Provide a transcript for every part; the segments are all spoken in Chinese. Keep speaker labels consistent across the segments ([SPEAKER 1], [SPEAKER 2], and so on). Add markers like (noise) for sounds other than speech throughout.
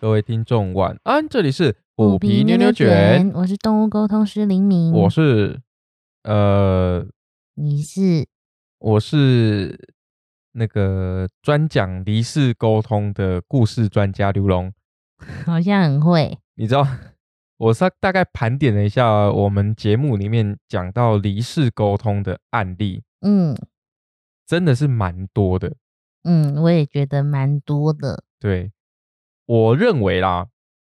[SPEAKER 1] 各位听众晚安，这里是虎皮妞妞卷，，嗯
[SPEAKER 2] 我是动物沟通师林明，
[SPEAKER 1] 我是呃，
[SPEAKER 2] 你是
[SPEAKER 1] 我是那个专讲离世沟通的故事专家刘龙。
[SPEAKER 2] 好像很会，
[SPEAKER 1] 你知道，我大大概盘点了一下我们节目里面讲到离世沟通的案例，
[SPEAKER 2] 嗯
[SPEAKER 1] 真的是蛮多的。
[SPEAKER 2] 嗯，我也觉得蛮多的，
[SPEAKER 1] 对，我认为啦，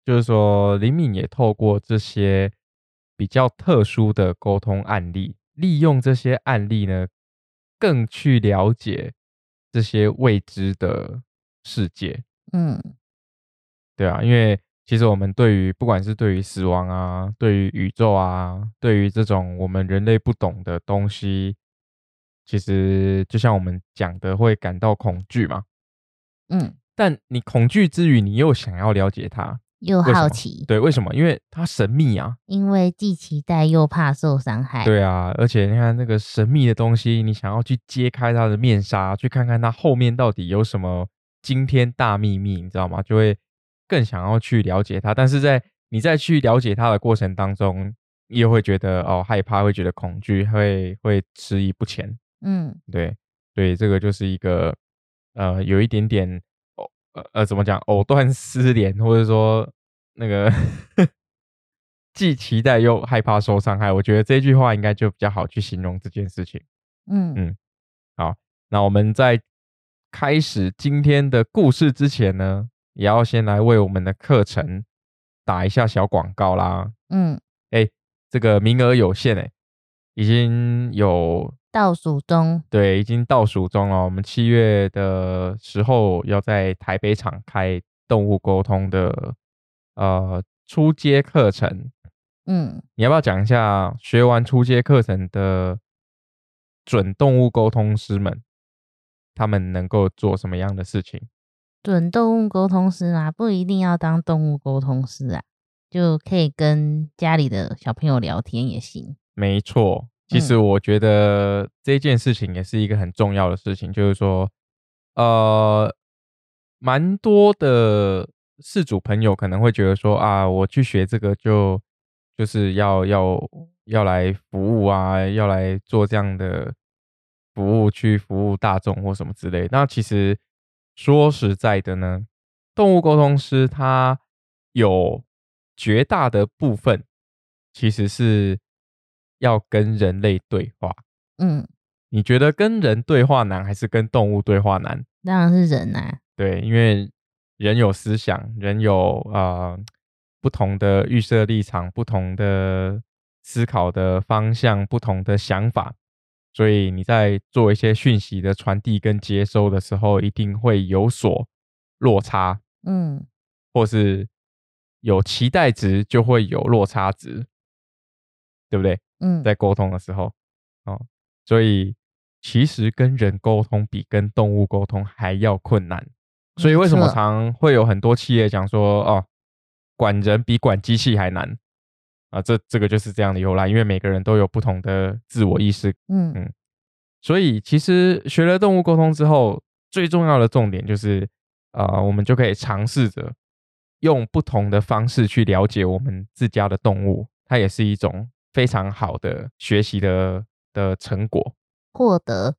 [SPEAKER 1] 就是说林敏也透过这些比较特殊的沟通案例，利用这些案例呢，更去了解这些未知的世界。
[SPEAKER 2] 嗯
[SPEAKER 1] 对啊，因为其实我们对于不管是对于死亡啊，对于宇宙啊，对于这种我们人类不懂的东西，其实就像我们讲的，会感到恐惧嘛。
[SPEAKER 2] 嗯，
[SPEAKER 1] 但你恐惧之余，你又想要了解它，
[SPEAKER 2] 又
[SPEAKER 1] 为什
[SPEAKER 2] 好
[SPEAKER 1] 么
[SPEAKER 2] 奇，
[SPEAKER 1] 对，为什么？因为它神秘啊，
[SPEAKER 2] 因为既期待又怕受伤害，
[SPEAKER 1] 对啊，而且你看那个神秘的东西，你想要去揭开它的面纱，去看看它后面到底有什么惊天大秘密，你知道吗？就会更想要去了解它。但是在你在去了解它的过程当中，又会觉得哦害怕，会觉得恐惧，会会迟疑不前。
[SPEAKER 2] 嗯
[SPEAKER 1] 对对，这个就是一个呃，有一点点藕呃呃怎么讲藕断 (laughs) 丝连，或者说那个既期待又害怕受伤害。我觉得这句话应该就比较好去形容这件事情。
[SPEAKER 2] 嗯
[SPEAKER 1] 嗯那我们在开始今天的故事之前呢，也要先来为我们的课程打一下小广告啦。
[SPEAKER 2] 嗯，
[SPEAKER 1] 这个名额有限诶、欸已经有
[SPEAKER 2] 倒数中，
[SPEAKER 1] 对，已经倒数中了。我们七月的时候要在台北场开动物沟通的呃初阶课程，
[SPEAKER 2] 嗯，
[SPEAKER 1] 你要不要讲一下学完初阶课程的准动物沟通师们，他们能够做什么样的事情？
[SPEAKER 2] 准动物沟通师嘛，不一定要当动物沟通师啊，就可以跟家里的小朋友聊天也行，
[SPEAKER 1] 没错，其实我觉得这件事情也是一个很重要的事情，就是说，呃，蛮多的事主朋友可能会觉得说啊，我去学这个就就是要要要来服务啊，要来做这样的服务去服务大众或什么之类。那其实说实在的呢，动物沟通师他有绝大的部分其实是要跟人类对话。
[SPEAKER 2] 嗯，
[SPEAKER 1] 你觉得跟人对话难，还是跟动物对话难？
[SPEAKER 2] 当然是人啊，
[SPEAKER 1] 对，因为人有思想，人有呃不同的预设立场、不同的思考的方向、不同的想法，所以你在做一些讯息的传递跟接收的时候，一定会有所落差，
[SPEAKER 2] 嗯
[SPEAKER 1] 或是有期待值就会有落差值，对不对？
[SPEAKER 2] 嗯，
[SPEAKER 1] 在沟通的时候，哦，所以其实跟人沟通比跟动物沟通还要困难。所以为什么
[SPEAKER 2] 没错
[SPEAKER 1] 常会有很多企业讲说，哦，管人比管机器还难啊？这这个就是这样的由来，因为每个人都有不同的自我意识。
[SPEAKER 2] 嗯
[SPEAKER 1] 嗯所以其实学了动物沟通之后，最重要的重点就是，呃，我们就可以尝试着用不同的方式去了解我们自家的动物，它也是一种非常好的学习的的成果
[SPEAKER 2] 获得，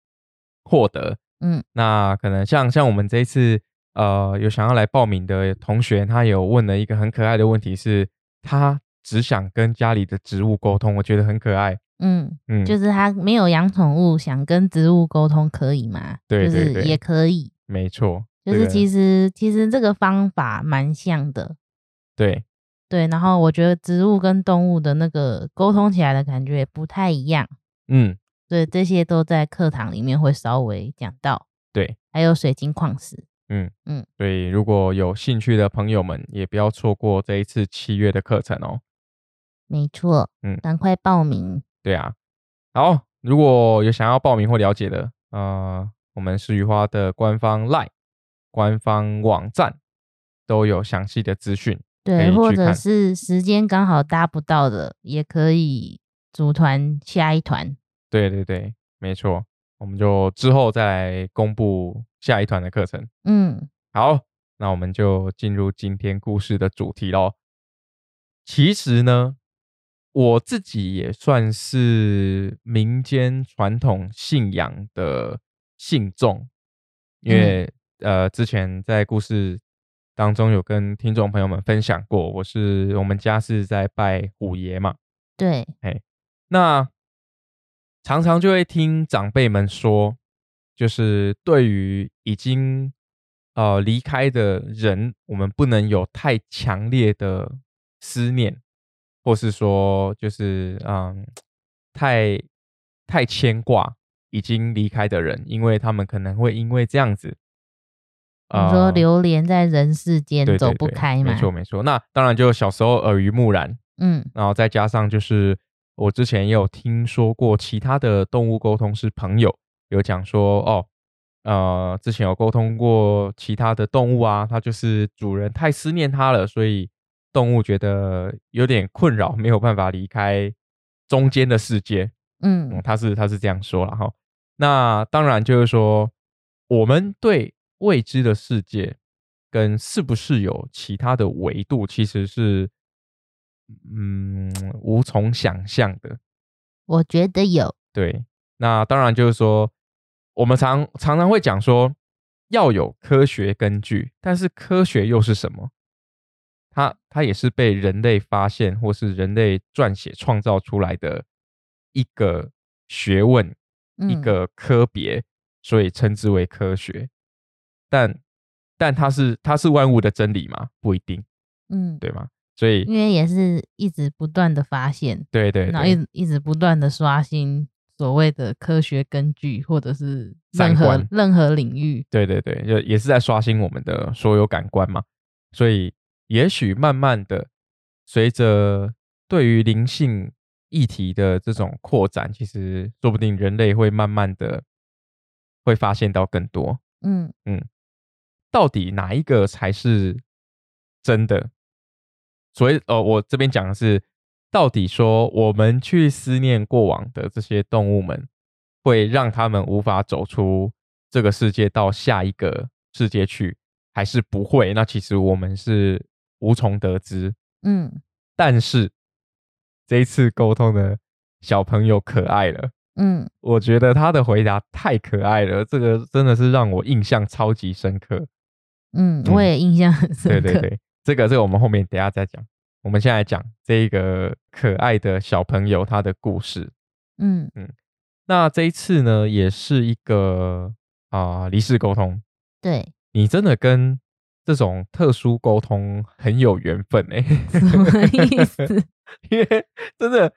[SPEAKER 1] 获得。
[SPEAKER 2] 嗯，
[SPEAKER 1] 那可能像像我们这一次，呃，有想要来报名的同学，他有问了一个很可爱的问题是，他只想跟家里的植物沟通，我觉得很可爱。
[SPEAKER 2] 嗯，
[SPEAKER 1] 嗯，
[SPEAKER 2] 就是他没有养宠物，想跟植物沟通可以吗？
[SPEAKER 1] 对
[SPEAKER 2] 就
[SPEAKER 1] 对
[SPEAKER 2] 是
[SPEAKER 1] 对啊
[SPEAKER 2] 也可以，
[SPEAKER 1] 没错，
[SPEAKER 2] 就
[SPEAKER 1] 这
[SPEAKER 2] 是
[SPEAKER 1] 个
[SPEAKER 2] 其实其实这个方法蛮像的，
[SPEAKER 1] 对
[SPEAKER 2] 对。然后我觉得植物跟动物的那个沟通起来的感觉也不太一样，
[SPEAKER 1] 嗯。
[SPEAKER 2] 对，这些都在课堂里面会稍微讲到。
[SPEAKER 1] 对，
[SPEAKER 2] 还有水晶矿石，
[SPEAKER 1] 所以如果有兴趣的朋友们，也不要错过这一次七月的课程哦。
[SPEAKER 2] 没错，
[SPEAKER 1] 嗯
[SPEAKER 2] 赶快报名。
[SPEAKER 1] 对啊，好，如果有想要报名或了解的，呃，我们诗雨花的官方 LINE、官方网站都有详细的资讯。可以
[SPEAKER 2] 对，
[SPEAKER 1] 去
[SPEAKER 2] 或者
[SPEAKER 1] 看
[SPEAKER 2] 是时间刚好搭不到的，也可以组团下一团。
[SPEAKER 1] 对对对，没错，我们就之后再来公布下一团的课程。
[SPEAKER 2] 嗯，
[SPEAKER 1] 好，那我们就进入今天故事的主题喽。其实呢，我自己也算是民间传统信仰的信众，因为、呃，之前在故事当中有跟听众朋友们分享过，我是我们家是在拜虎爷嘛，
[SPEAKER 2] 对，
[SPEAKER 1] 那常常就会听长辈们说，就是对于已经呃离开的人，我们不能有太强烈的思念，或是说就是嗯太太牵挂已经离开的人，因为他们可能会因为这样子，呃
[SPEAKER 2] 你说流连在人世间
[SPEAKER 1] 啊对
[SPEAKER 2] 走
[SPEAKER 1] 对
[SPEAKER 2] 不
[SPEAKER 1] 对
[SPEAKER 2] 开嘛
[SPEAKER 1] 没？错没错。那当然就小时候耳濡目染，
[SPEAKER 2] 嗯
[SPEAKER 1] 然后再加上就是我之前也有听说过其他的动物沟通师朋友有讲说哦，呃，之前有沟通过其他的动物啊，它就是主人太思念它了，所以动物觉得有点困扰，没有办法离开中间的世界。嗯，
[SPEAKER 2] 嗯，
[SPEAKER 1] 他是他是这样说了哈。那当然就是说，我们对未知的世界跟是不是有其他的维度，其实是嗯无从想象的。
[SPEAKER 2] 我觉得有，
[SPEAKER 1] 对，那当然就是说，我们常常常会讲说要有科学根据，但是科学又是什么？它它也是被人类发现或是人类撰写创造出来的一个学问，一
[SPEAKER 2] 嗯
[SPEAKER 1] 个科别，所以称之为科学。但但它是它是万物的真理吗？不一定，
[SPEAKER 2] 嗯，
[SPEAKER 1] 对吗？所以
[SPEAKER 2] 因为也是一直不断的发现，
[SPEAKER 1] 对对
[SPEAKER 2] 然后一
[SPEAKER 1] 对
[SPEAKER 2] 直一直不断的刷新所谓的科学根据，或者是
[SPEAKER 1] 三
[SPEAKER 2] 任何
[SPEAKER 1] 观
[SPEAKER 2] 任何领域，
[SPEAKER 1] 对对对，就也是在刷新我们的所有感官嘛。所以也许慢慢的，随着对于灵性议题的这种扩展，其实说不定人类会慢慢的会发现到更多，
[SPEAKER 2] 嗯，
[SPEAKER 1] 到底哪一个才是真的？所以，呃，我这边讲的是，到底说我们去思念过往的这些动物们，会让他们无法走出这个世界到下一个世界去，还是不会？那其实我们是无从得知。
[SPEAKER 2] 嗯
[SPEAKER 1] 但是这一次沟通的小朋友可爱了，
[SPEAKER 2] 嗯
[SPEAKER 1] 我觉得他的回答太可爱了，这个真的是让我印象超级深刻。
[SPEAKER 2] 嗯，
[SPEAKER 1] 嗯
[SPEAKER 2] 我也印象很深
[SPEAKER 1] 对
[SPEAKER 2] 刻。
[SPEAKER 1] 对对，这个这个我们后面等一下再讲。我们先来讲这一个可爱的小朋友他的故事。
[SPEAKER 2] 嗯
[SPEAKER 1] 那这一次呢，也是一个啊、离世沟通。
[SPEAKER 2] 对， (laughs)
[SPEAKER 1] 你真的跟这种特殊沟通很有缘分哎、
[SPEAKER 2] 什么意思？
[SPEAKER 1] (laughs) 因为真的，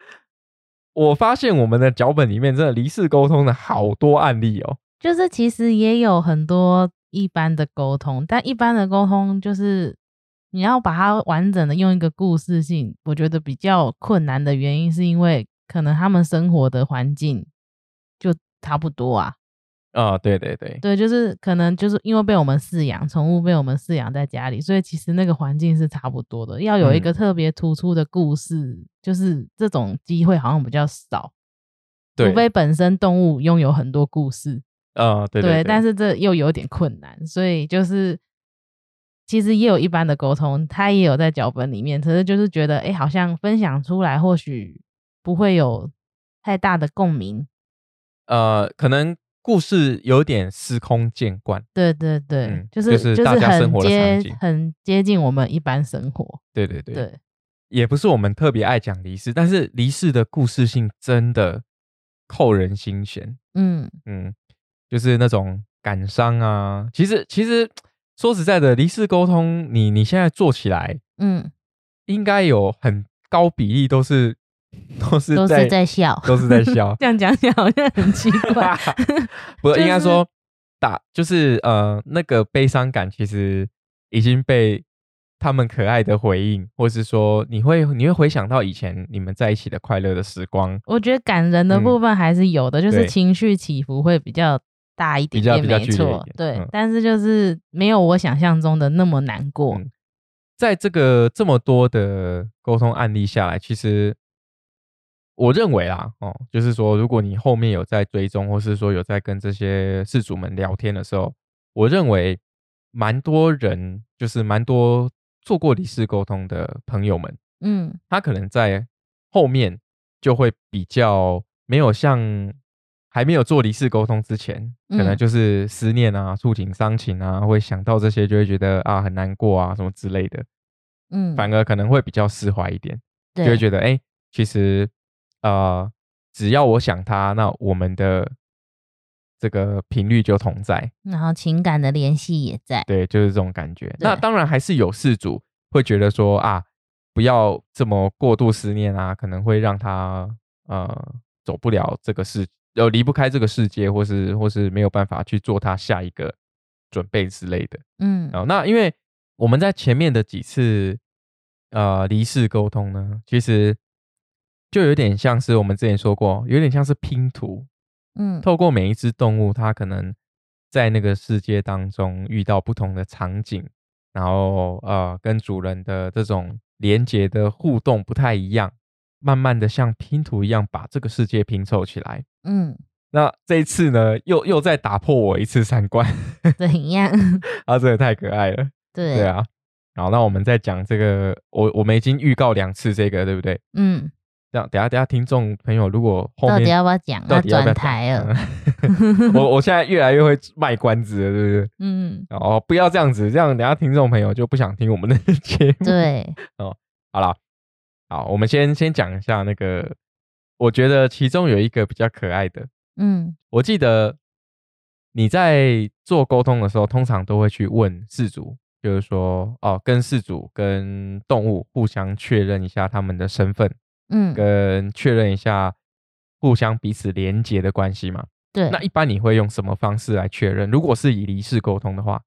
[SPEAKER 1] 我发现我们的脚本里面真的离世沟通的好多案例哦。
[SPEAKER 2] 就是其实也有很多一般的沟通，但一般的沟通就是你要把它完整的用一个故事性，我觉得比较困难的原因是因为可能他们生活的环境就差不多啊。
[SPEAKER 1] 啊、对对对，
[SPEAKER 2] 对，就是可能就是因为被我们饲养，宠物被我们饲养在家里，所以其实那个环境是差不多的。要有一
[SPEAKER 1] 嗯
[SPEAKER 2] 个特别突出的故事，就是这种机会好像比较少，除
[SPEAKER 1] 对，
[SPEAKER 2] 非本身动物拥有很多故事。
[SPEAKER 1] 啊、对对，
[SPEAKER 2] 但
[SPEAKER 1] 是
[SPEAKER 2] 是这又有点困难，所以就是其实也有一般的沟通，他也有在脚本里面，可是就是觉得哎、诶好像分享出来或许不会有太大的共鸣。
[SPEAKER 1] 呃，可能故事有点司空见惯。
[SPEAKER 2] 对对对，
[SPEAKER 1] 嗯
[SPEAKER 2] 就是
[SPEAKER 1] 就是大家生
[SPEAKER 2] 很
[SPEAKER 1] 活的场
[SPEAKER 2] 接
[SPEAKER 1] 景
[SPEAKER 2] 很接近我们一般生活。
[SPEAKER 1] 对对对，
[SPEAKER 2] 对，
[SPEAKER 1] 也不是我们特别爱讲离世，但是离世的故事性真的扣人心弦。
[SPEAKER 2] 嗯
[SPEAKER 1] 嗯，就是那种感伤啊。其实其实说实在的，离世沟通，你你现在做起来，
[SPEAKER 2] 嗯，
[SPEAKER 1] 应该有很高比例都是都是
[SPEAKER 2] 都
[SPEAKER 1] 在
[SPEAKER 2] 是在笑， (laughs)
[SPEAKER 1] 都是在笑。
[SPEAKER 2] 这样讲起来好像很奇怪
[SPEAKER 1] (laughs) 不，
[SPEAKER 2] 就是
[SPEAKER 1] 应该说打就是呃那个悲伤感，其实已经被他们可爱的回应，或是说你会你会回想到以前你们在一起的快乐的时光，
[SPEAKER 2] 我觉得感人的
[SPEAKER 1] 嗯
[SPEAKER 2] 部分还是有的，就
[SPEAKER 1] 对
[SPEAKER 2] 是情绪起伏会比较大一点
[SPEAKER 1] 比较
[SPEAKER 2] 点，
[SPEAKER 1] 比较
[SPEAKER 2] 没
[SPEAKER 1] 剧烈一
[SPEAKER 2] 错
[SPEAKER 1] 点，
[SPEAKER 2] 对。
[SPEAKER 1] 嗯
[SPEAKER 2] 但是就是没有我想象中的那么难过。
[SPEAKER 1] 嗯在这个这么多的沟通案例下来，其实我认为啦，哦，就是说，如果你后面有在追踪，或是说有在跟这些事主们聊天的时候，我认为蛮多人就是蛮多做过离世沟通的朋友们，
[SPEAKER 2] 嗯
[SPEAKER 1] 他可能在后面就会比较没有像还没有做离世沟通之前，可能
[SPEAKER 2] 嗯
[SPEAKER 1] 就是思念啊、触景伤情啊，会想到这些就会觉得啊很难过啊什么之类的，
[SPEAKER 2] 嗯，
[SPEAKER 1] 反而可能会比较释怀一点，就会
[SPEAKER 2] 对
[SPEAKER 1] 觉得哎、诶其实呃只要我想他，那我们的这个频率就同在，
[SPEAKER 2] 然后情感的联系也在，
[SPEAKER 1] 对，就是这种感觉。那
[SPEAKER 2] 对
[SPEAKER 1] 当然还是有事主会觉得说啊，不要这么过度思念啊，可能会让他呃走不了这个世，呃离不开这个世界，或是或是没有办法去做他下一个准备之类的。
[SPEAKER 2] 嗯
[SPEAKER 1] 然后哦那因为我们在前面的几次呃离世沟通呢，其实就有点像是我们之前说过，有点像是拼图，
[SPEAKER 2] 嗯
[SPEAKER 1] 透过每一只动物，它可能在那个世界当中遇到不同的场景，然后呃，跟主人的这种连接的互动不太一样，慢慢的像拼图一样把这个世界拼凑起来。
[SPEAKER 2] 嗯，
[SPEAKER 1] 那这一次呢，又又再打破我一次三观， (laughs)
[SPEAKER 2] 怎样？
[SPEAKER 1] 啊，真的太可爱了，
[SPEAKER 2] 对
[SPEAKER 1] 对啊。好，那我们再讲这个，我我们已经预告两次这个，对不对？
[SPEAKER 2] 嗯，
[SPEAKER 1] 这样，等一下等一下，听众朋友如果后
[SPEAKER 2] 到
[SPEAKER 1] 面
[SPEAKER 2] 底要不要讲？
[SPEAKER 1] 到
[SPEAKER 2] 要
[SPEAKER 1] 底要不要
[SPEAKER 2] 转台
[SPEAKER 1] (laughs)
[SPEAKER 2] 了，
[SPEAKER 1] 嗯我我现在越来越会卖关子了，对不对？
[SPEAKER 2] 嗯，
[SPEAKER 1] 哦，不要这样子，这样等下听众朋友就不想听我们的 (laughs) 节目。，
[SPEAKER 2] 对，
[SPEAKER 1] 好啦，好，我们先先讲一下那个，我觉得其中有一个比较可爱的，
[SPEAKER 2] 嗯
[SPEAKER 1] 我记得你在做沟通的时候，通常都会去问事主，就是说哦，跟事主跟动物互相确认一下他们的身份，
[SPEAKER 2] 嗯，
[SPEAKER 1] 跟确认一下互相彼此连接的关系嘛。
[SPEAKER 2] 对
[SPEAKER 1] 那。一般你会用什么方式来确认？如果是以离世沟通的话，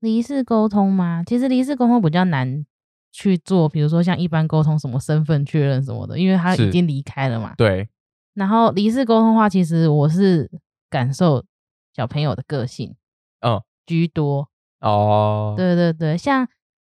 [SPEAKER 2] 离世沟通吗？其实离世沟通比较难去做，比如说像一般沟通什么身份确认什么的，因为他
[SPEAKER 1] 是
[SPEAKER 2] 已经离开了嘛。
[SPEAKER 1] 对，
[SPEAKER 2] 然后离世沟通的话，其实我是感受小朋友的个性
[SPEAKER 1] 嗯，
[SPEAKER 2] 居多。
[SPEAKER 1] 哦，
[SPEAKER 2] 对对对，像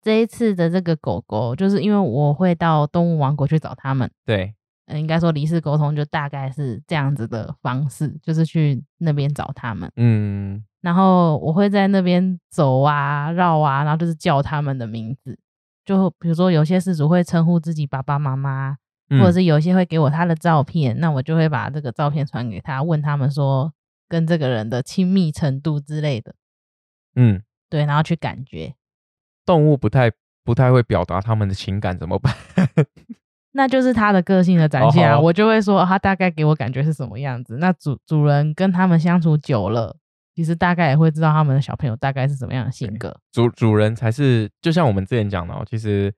[SPEAKER 2] 这一次的这个狗狗，就是因为我会到动物王国去找他们。
[SPEAKER 1] 对，
[SPEAKER 2] 呃应该说离世沟通就大概是这样子的方式，就是去那边找他们，
[SPEAKER 1] 嗯，
[SPEAKER 2] 然后我会在那边走啊、绕啊，然后就是叫他们的名字。就比如说，有些事主会称呼自己爸爸妈妈，
[SPEAKER 1] 嗯
[SPEAKER 2] 或者是有些会给我他的照片，那我就会把这个照片传给他，问他们说跟这个人的亲密程度之类的，
[SPEAKER 1] 嗯，
[SPEAKER 2] 对，然后去感觉，
[SPEAKER 1] 动物不太不太会表达他们的情感怎么办？
[SPEAKER 2] 那就是他的个性的展现啊。
[SPEAKER 1] 哦
[SPEAKER 2] 我就会说、哦他大概给我感觉是什么样子。那主主人跟他们相处久了，其实大概也会知道他们的小朋友大概是什么样的性格。
[SPEAKER 1] 主主人才是，就像我们之前讲的哦，其实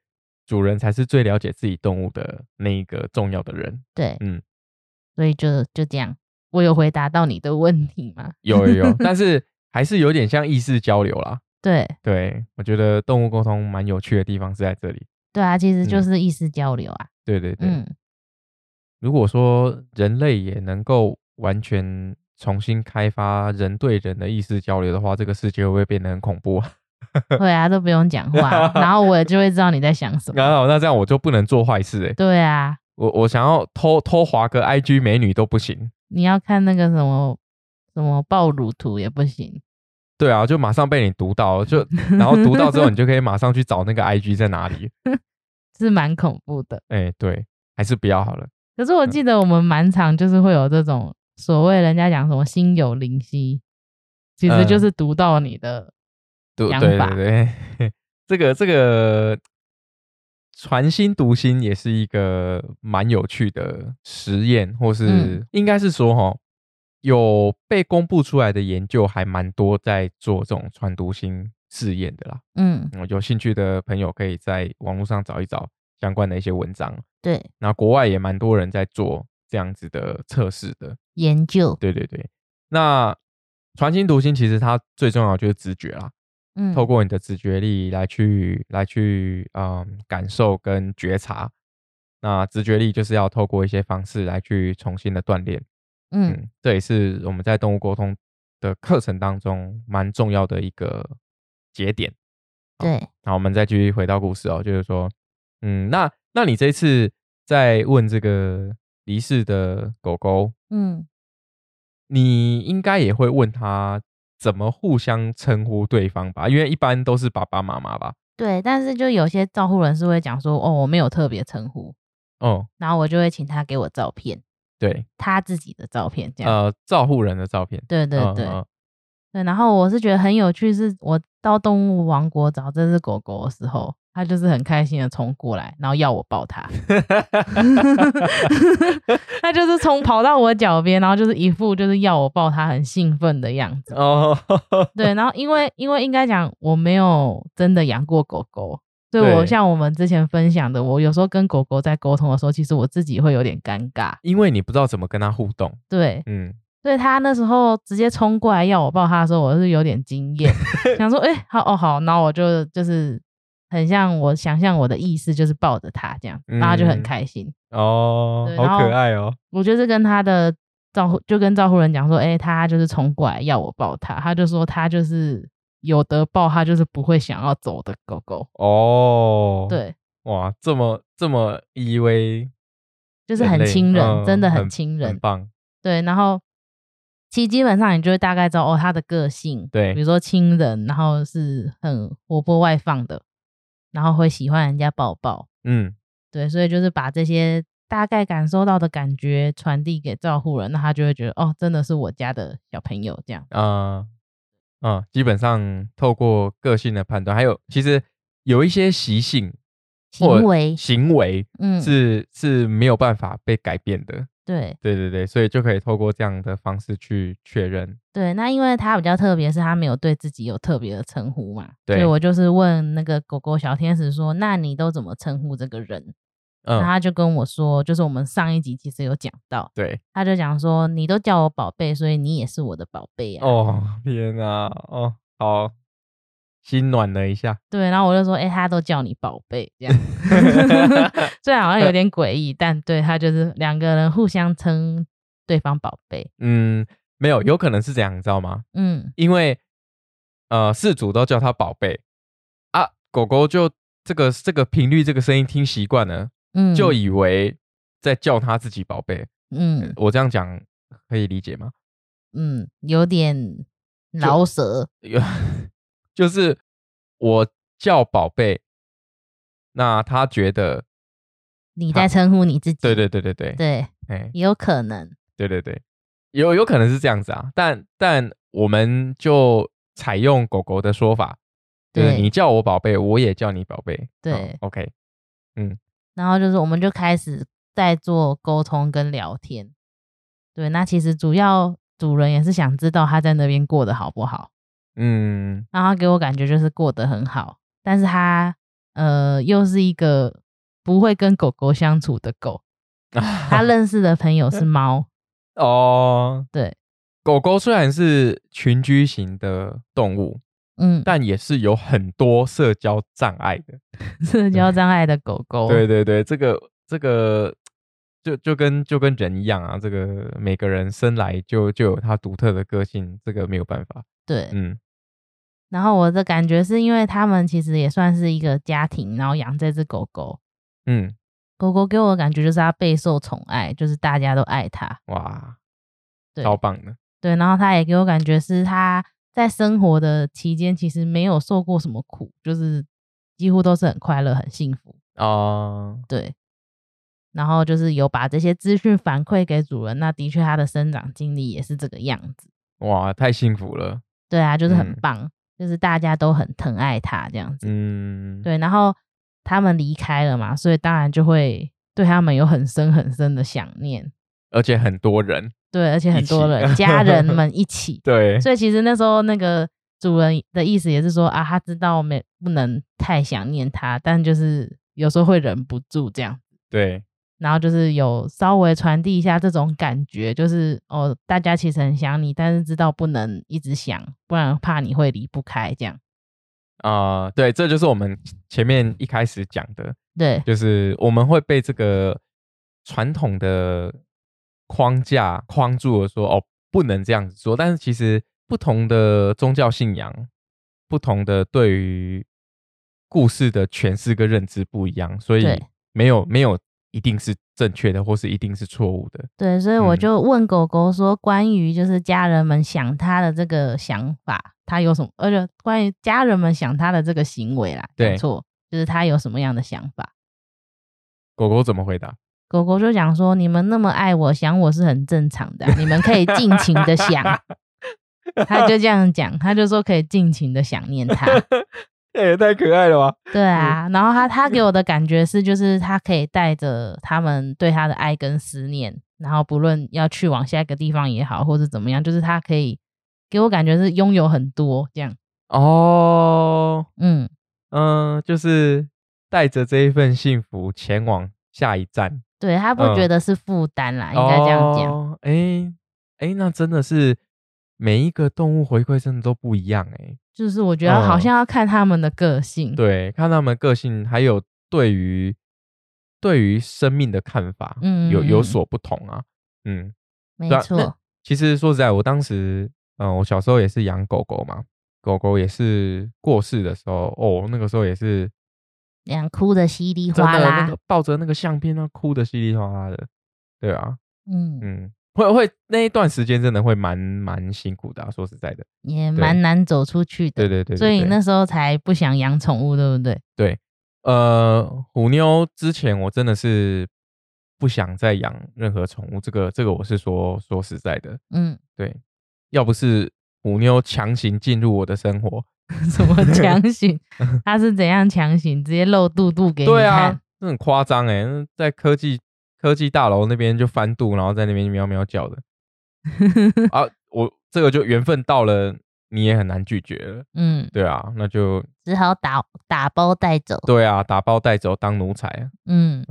[SPEAKER 1] 主人才是最了解自己动物的那一个重要的人。
[SPEAKER 2] 对，
[SPEAKER 1] 嗯，
[SPEAKER 2] 所以就就这样，我有回答到你的问题吗？ (laughs)
[SPEAKER 1] 有有有，但是还是有点像意识交流啦。
[SPEAKER 2] 对
[SPEAKER 1] 对，我觉得动物沟通蛮有趣的地方是在这里。
[SPEAKER 2] 对啊，其实
[SPEAKER 1] 嗯
[SPEAKER 2] 就是意识交流啊。
[SPEAKER 1] 对对对，
[SPEAKER 2] 嗯
[SPEAKER 1] 如果说人类也能够完全重新开发人对人的意识交流的话，这个世界会不会变得很恐怖啊？ (laughs)
[SPEAKER 2] 对啊，都不用讲话，然后我也就会知道你在想
[SPEAKER 1] (laughs)
[SPEAKER 2] 什么。
[SPEAKER 1] 然后啊那这样我就不能做坏事哎、
[SPEAKER 2] 对啊，
[SPEAKER 1] 我我想要偷偷划个 IG 美女都不行。
[SPEAKER 2] 你要看那个什么什么暴乳图也不行。
[SPEAKER 1] 对啊，就马上被你读到，
[SPEAKER 2] (laughs)
[SPEAKER 1] 就然后读到之后，你就可以马上去找那个 IG 在哪里。
[SPEAKER 2] 是蛮恐怖的。
[SPEAKER 1] 哎、对，还是不要好了。
[SPEAKER 2] 可是我
[SPEAKER 1] 嗯
[SPEAKER 2] 记得我们满场就是会有这种所谓人家讲什么心有灵犀，其实就
[SPEAKER 1] 嗯
[SPEAKER 2] 是读到你的，
[SPEAKER 1] 对
[SPEAKER 2] 想
[SPEAKER 1] 对
[SPEAKER 2] 法
[SPEAKER 1] 对对， (laughs) 这个这个传心读心也是一个蛮有趣的实验，或是、
[SPEAKER 2] 嗯
[SPEAKER 1] 应该是说哈，有被公布出来的研究还蛮多在做这种传读心试验的啦。
[SPEAKER 2] 嗯，
[SPEAKER 1] 嗯有兴趣的朋友可以在网络上找一找相关的一些文章，
[SPEAKER 2] 对，
[SPEAKER 1] 那国外也蛮多人在做这样子的测试的。
[SPEAKER 2] 研究，
[SPEAKER 1] 对对对，那传心读心其实它最重要的就是直觉啦。
[SPEAKER 2] 嗯，
[SPEAKER 1] 透过你的直觉力来去来去嗯感受跟觉察。那直觉力就是要透过一些方式来去重新的锻炼，
[SPEAKER 2] 嗯
[SPEAKER 1] 嗯，这也是我们在动物沟通的课程当中蛮重要的一个节点。
[SPEAKER 2] 对，
[SPEAKER 1] 好，我们再继续回到故事哦，就是说，嗯，那那你这次在问这个离世的狗狗，
[SPEAKER 2] 嗯
[SPEAKER 1] 你应该也会问他怎么互相称呼对方吧，因为一般都是爸爸妈妈吧。
[SPEAKER 2] 对，但是就有些照护人是会讲说，哦，我没有特别称呼，
[SPEAKER 1] 哦，
[SPEAKER 2] 然后我就会请他给我照片，
[SPEAKER 1] 对，
[SPEAKER 2] 他自己的照片这样。
[SPEAKER 1] 呃，照护人的照片。
[SPEAKER 2] 对对
[SPEAKER 1] 嗯
[SPEAKER 2] 啊对、
[SPEAKER 1] 嗯
[SPEAKER 2] 对，然后我是觉得很有趣，是我到动物王国找这只狗狗的时候，它就是很开心的冲过来，然后要我抱它， (laughs) 它就是冲跑到我脚边，然后就是一副就是要我抱它，很兴奋的样子。
[SPEAKER 1] 哦，
[SPEAKER 2] 对，然后因为因为应该讲我没有真的养过狗狗，所以我
[SPEAKER 1] 对
[SPEAKER 2] 像我们之前分享的，我有时候跟狗狗在沟通的时候，其实我自己会有点尴尬。
[SPEAKER 1] 因为你不知道怎么跟他互动，
[SPEAKER 2] 对，
[SPEAKER 1] 嗯，
[SPEAKER 2] 所以它那时候直接冲过来要我抱它的时候，我是有点惊
[SPEAKER 1] (laughs)
[SPEAKER 2] 艳，想说，哎、好哦好，那我就就是很像我想象我的意思就是抱着它这样，然后它就很
[SPEAKER 1] 嗯
[SPEAKER 2] 开心。
[SPEAKER 1] 哦
[SPEAKER 2] 对，然
[SPEAKER 1] 好
[SPEAKER 2] 后
[SPEAKER 1] 可爱哦，
[SPEAKER 2] 我就是跟他的照护，就跟照护人讲说，哎、他就是冲过来要我抱他，他就说他就是有得抱，他就是不会想要走的狗狗，
[SPEAKER 1] 哦，，
[SPEAKER 2] 对，
[SPEAKER 1] 哇，这么这么依偎，
[SPEAKER 2] 就是很亲人，
[SPEAKER 1] 嗯
[SPEAKER 2] 真的
[SPEAKER 1] 很
[SPEAKER 2] 很亲人
[SPEAKER 1] 很，棒，
[SPEAKER 2] 对，然后。其实基本上你就会大概知道哦，他的个性，
[SPEAKER 1] 对
[SPEAKER 2] 比如说亲人，然后是很活泼外放的，然后会喜欢人家抱抱，
[SPEAKER 1] 嗯，
[SPEAKER 2] 对，所以就是把这些大概感受到的感觉传递给照护人，那他就会觉得哦，真的是我家的小朋友这样。
[SPEAKER 1] 啊、啊、基本上透过个性的判断，还有其实有一些习性
[SPEAKER 2] 行
[SPEAKER 1] 或
[SPEAKER 2] 为
[SPEAKER 1] 行为
[SPEAKER 2] 嗯，
[SPEAKER 1] 是、是没有办法被改变的，
[SPEAKER 2] 对
[SPEAKER 1] 对对对，所以就可以透过这样的方式去确认。
[SPEAKER 2] 对，那因为他比较特别，是他没有对自己有特别的称呼嘛，所以
[SPEAKER 1] 对
[SPEAKER 2] 我就是问那个狗狗小天使说：“那你都怎么称呼这个人？”那
[SPEAKER 1] 嗯，
[SPEAKER 2] 他就跟我说，就是我们上一集其实有讲到，
[SPEAKER 1] 对，
[SPEAKER 2] 他就讲说：“你都叫我宝贝，所以你也是我的宝贝啊。”
[SPEAKER 1] 哦，天哪、哦，好，心暖了一下，
[SPEAKER 2] 对，然后我就说：“哎、他都叫你宝贝，这样，
[SPEAKER 1] (laughs)
[SPEAKER 2] 虽然好像有点诡异，但对他就是两个人互相称对方宝贝。
[SPEAKER 1] 嗯，没有，有可能是这样，你知道吗？
[SPEAKER 2] 嗯，
[SPEAKER 1] 因为呃，事主都叫它宝贝啊，狗狗就这个这个频率、这个声音听习惯了，
[SPEAKER 2] 嗯
[SPEAKER 1] 就以为在叫它自己宝贝。
[SPEAKER 2] 嗯
[SPEAKER 1] 我这样讲可以理解吗？
[SPEAKER 2] 嗯有点饶舌，
[SPEAKER 1] 有就是我叫宝贝，那它觉得，
[SPEAKER 2] 你在称呼你自己。
[SPEAKER 1] 对对对对对，
[SPEAKER 2] 对，
[SPEAKER 1] 哎，
[SPEAKER 2] 也有可能。
[SPEAKER 1] 对对对，有有可能是这样子啊，但但我们就采用狗狗的说法，就是
[SPEAKER 2] 对
[SPEAKER 1] 你叫我宝贝，我也叫你宝贝。
[SPEAKER 2] 对
[SPEAKER 1] 好，OK，
[SPEAKER 2] 然后就是我们就开始在做沟通跟聊天。对，那其实主要主人也是想知道他在那边过得好不好。
[SPEAKER 1] 嗯，
[SPEAKER 2] 然后他给我感觉就是过得很好，但是他呃又是一个不会跟狗狗相处的
[SPEAKER 1] (laughs)
[SPEAKER 2] 狗。他认识的朋友是猫，
[SPEAKER 1] 哦，
[SPEAKER 2] 对，
[SPEAKER 1] 狗狗虽然是群居型的动物，
[SPEAKER 2] 嗯，
[SPEAKER 1] 但也是有很多社交障碍的。
[SPEAKER 2] 社交障碍的狗狗。
[SPEAKER 1] 对对对，这个这个。就就跟就跟人一样啊，这个每个人生来就就有他独特的个性，这个没有办法。
[SPEAKER 2] 对，
[SPEAKER 1] 嗯
[SPEAKER 2] 然后我的感觉是因为他们其实也算是一个家庭，然后养这只狗狗，
[SPEAKER 1] 嗯，
[SPEAKER 2] 狗狗给我的感觉就是它备受宠爱，就是大家都爱它。
[SPEAKER 1] 哇，
[SPEAKER 2] 对
[SPEAKER 1] 超棒的。
[SPEAKER 2] 对，然后它也给我感觉是它在生活的期间其实没有受过什么苦，就是几乎都是很快乐、很幸福。
[SPEAKER 1] 哦，
[SPEAKER 2] 对，然后就是有把这些资讯反馈给主人，那的确它的生长经历也是这个样子。
[SPEAKER 1] 哇，太幸福了。
[SPEAKER 2] 对啊，就是很
[SPEAKER 1] 嗯
[SPEAKER 2] 棒，就是大家都很疼爱它这样子。
[SPEAKER 1] 嗯，
[SPEAKER 2] 对，然后他们离开了嘛，所以当然就会对他们有很深很深的想念。
[SPEAKER 1] 而且很多人，
[SPEAKER 2] 对，而且很
[SPEAKER 1] 一
[SPEAKER 2] 多
[SPEAKER 1] 起
[SPEAKER 2] 人家
[SPEAKER 1] (laughs)
[SPEAKER 2] 人们一起，
[SPEAKER 1] 对，
[SPEAKER 2] 所以其实那时候那个主人的意思也是说啊，他知道没不能太想念他，但就是有时候会忍不住这样，
[SPEAKER 1] 对，
[SPEAKER 2] 然后就是有稍微传递一下这种感觉，就是哦，大家其实很想你，但是知道不能一直想，不然怕你会离不开这样。
[SPEAKER 1] 啊、对，这就是我们前面一开始讲的，
[SPEAKER 2] 对，
[SPEAKER 1] 就是我们会被这个传统的框架框住了说哦，不能这样子做。但是其实不同的宗教信仰，不同的对于故事的诠释跟认知不一样，所以
[SPEAKER 2] 对
[SPEAKER 1] 没有没有一一定是正确的，或是一定是错误的。
[SPEAKER 2] 对，所以我
[SPEAKER 1] 嗯
[SPEAKER 2] 就问狗狗说，关于就是家人们想它的这个想法，它有什么？而且关于家人们想它的这个行为啦，
[SPEAKER 1] 对
[SPEAKER 2] 没错，就是它有什么样的想法？
[SPEAKER 1] 狗狗怎么回答？
[SPEAKER 2] 狗狗就讲说，你们那么爱我，想我是很正常的啊，你们可以尽情
[SPEAKER 1] (laughs)
[SPEAKER 2] 的想。它就这样讲，它就说可以尽情的想念它。
[SPEAKER 1] 这也哎太可爱了吧！
[SPEAKER 2] 对啊，然后他他给我的感觉是，就是他可以带着他们对他的爱跟思念，然后不论要去往下一个地方也好，或是怎么样，就是他可以给我感觉是拥有很多这样。
[SPEAKER 1] 哦，
[SPEAKER 2] 嗯，
[SPEAKER 1] 嗯，就是带着这一份幸福前往下一站，
[SPEAKER 2] 对他不
[SPEAKER 1] 嗯
[SPEAKER 2] 觉得是负担啦，应该这样讲。
[SPEAKER 1] 哦哎、哎、那真的是每一个动物回馈真的都不一样哎、
[SPEAKER 2] 就是我觉得好
[SPEAKER 1] 嗯
[SPEAKER 2] 像要看他们的个性。
[SPEAKER 1] 对，看他们个性，还有对于对于生命的看法，
[SPEAKER 2] 嗯
[SPEAKER 1] 有
[SPEAKER 2] 嗯嗯
[SPEAKER 1] 有所不同啊。嗯，
[SPEAKER 2] 没
[SPEAKER 1] 对啊
[SPEAKER 2] 错 (laughs)
[SPEAKER 1] 那。其实说实在，我当时，嗯、我小时候也是养狗狗嘛，狗狗也是过世的时候，哦，那个时候也是
[SPEAKER 2] 两哭的稀里
[SPEAKER 1] 真
[SPEAKER 2] 哗
[SPEAKER 1] 的那
[SPEAKER 2] 啦
[SPEAKER 1] 个，抱着那个相片，那啊哭的稀里哗啦的。对啊，
[SPEAKER 2] 嗯，
[SPEAKER 1] 嗯，会会那一段时间真的会蛮蛮辛苦的、啊，说实在的，
[SPEAKER 2] 也蛮难走出去
[SPEAKER 1] 对
[SPEAKER 2] 的。
[SPEAKER 1] 对对对
[SPEAKER 2] 所以
[SPEAKER 1] 对
[SPEAKER 2] 那时候才不想养宠物，对不对？
[SPEAKER 1] 呃，虎妞之前我真的是不想再养任何宠物，这个这个我是说说实在的，
[SPEAKER 2] 嗯，
[SPEAKER 1] 对，要不是虎妞强行进入我的生活，
[SPEAKER 2] (laughs) 什么强
[SPEAKER 1] (laughs)
[SPEAKER 2] 行？他是怎样强行？直接露肚肚给你
[SPEAKER 1] 对
[SPEAKER 2] 看？
[SPEAKER 1] 啊，这很夸张哎，那在科技科技大楼那边就翻肚，然后在那边喵喵叫的
[SPEAKER 2] (laughs)
[SPEAKER 1] 啊，我这个就缘分到了，你也很难拒绝了，
[SPEAKER 2] 嗯，
[SPEAKER 1] 对啊，那就
[SPEAKER 2] 只好打打包带走。
[SPEAKER 1] 对啊，打包带走当奴才啊。
[SPEAKER 2] 嗯，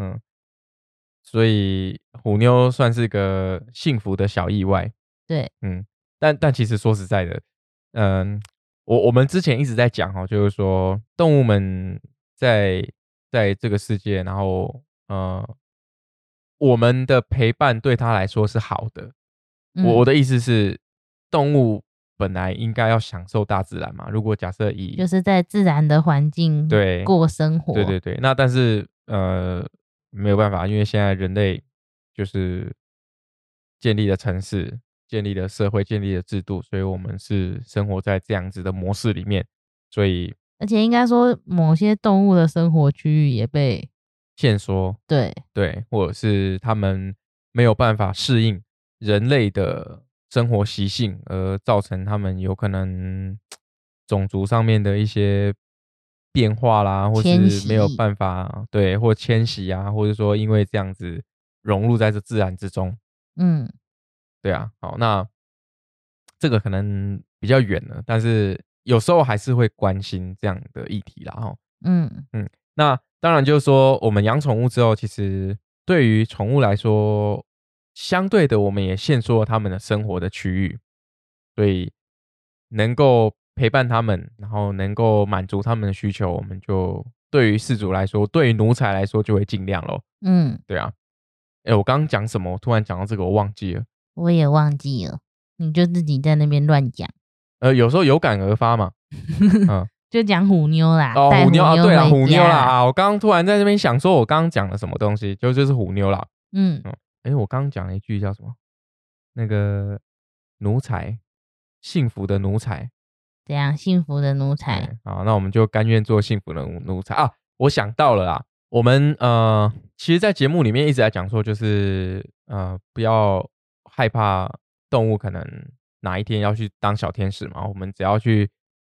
[SPEAKER 1] 所以虎妞算是个幸福的小意外。
[SPEAKER 2] 对，
[SPEAKER 1] 嗯，但但其实说实在的，嗯，我我们之前一直在讲哦，就是说动物们在在这个世界，然后呃，我们的陪伴对它来说是好的。
[SPEAKER 2] 嗯
[SPEAKER 1] 我我的意思是，动物本来应该要享受大自然嘛。如果假设以
[SPEAKER 2] 就是在自然的环境
[SPEAKER 1] 对
[SPEAKER 2] 过生活。
[SPEAKER 1] 对对对，那但是呃没有办法，因为现在人类就是建立了城市、建立了社会、建立了制度，所以我们是生活在这样子的模式里面，所以
[SPEAKER 2] 而且应该说，某些动物的生活区域也被
[SPEAKER 1] 限缩
[SPEAKER 2] 对
[SPEAKER 1] 对，或者是他们没有办法适应人类的生活习性，而造成他们有可能种族上面的一些变化啦，或
[SPEAKER 2] 迁
[SPEAKER 1] 是没有
[SPEAKER 2] 徙
[SPEAKER 1] 办法对，或迁徙啊，或者说因为这样子融入在这自然之中，
[SPEAKER 2] 嗯
[SPEAKER 1] 对啊，好，那这个可能比较远了，但是有时候还是会关心这样的议题啦，哈。
[SPEAKER 2] 嗯
[SPEAKER 1] 那当然就是说，我们养宠物之后，其实对于宠物来说，相对的我们也限缩了它们的生活的区域，所以能够陪伴它们，然后能够满足它们的需求，我们就对于饲主来说，对于奴才来说就会尽量咯。
[SPEAKER 2] 嗯，
[SPEAKER 1] 对啊，哎，我刚刚讲什么？我突然讲到这个，我忘记了。
[SPEAKER 2] 我也忘记了，你就自己在那边乱讲，
[SPEAKER 1] 呃，有时候有感而发嘛。
[SPEAKER 2] 就讲虎妞啦，
[SPEAKER 1] 哦，
[SPEAKER 2] 带
[SPEAKER 1] 虎妞啊，对啦，
[SPEAKER 2] 回
[SPEAKER 1] 虎妞
[SPEAKER 2] 家
[SPEAKER 1] 啦啊！我刚刚突然在那边想说，我刚刚讲了什么东西，就就是虎妞啦。
[SPEAKER 2] 嗯，
[SPEAKER 1] 哎，我刚刚讲了一句叫什么？那个奴才，幸福的奴才。
[SPEAKER 2] 这样幸福的奴才，
[SPEAKER 1] 哎，好，那我们就甘愿做幸福的奴奴才啊！我想到了啦，我们呃，其实，在节目里面一直在讲说，就是呃，不要害怕动物可能哪一天要去当小天使嘛。我们只要去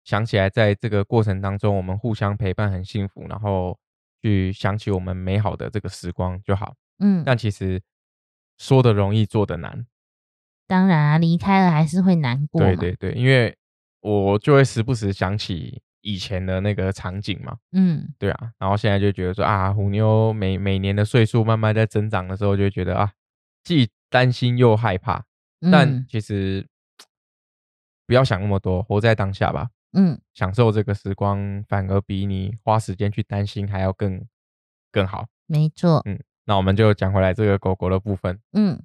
[SPEAKER 1] 想起来，在这个过程当中，我们互相陪伴很幸福，然后去想起我们美好的这个时光就好。
[SPEAKER 2] 嗯，
[SPEAKER 1] 但其实说的容易，做的难。
[SPEAKER 2] 当然啊，离开了还是会难过嘛，
[SPEAKER 1] 对对对，因为我就会时不时想起以前的那个场景嘛，
[SPEAKER 2] 嗯，
[SPEAKER 1] 对啊，然后现在就觉得说啊，虎妞每每年的岁数慢慢在增长的时候，就会觉得啊，既担心又害怕，但
[SPEAKER 2] 嗯
[SPEAKER 1] 其实、不要想那么多，活在当下吧，
[SPEAKER 2] 嗯，
[SPEAKER 1] 享受这个时光，反而比你花时间去担心还要更更好。
[SPEAKER 2] 没错，
[SPEAKER 1] 那我们就讲回来这个狗狗的部分，
[SPEAKER 2] 嗯，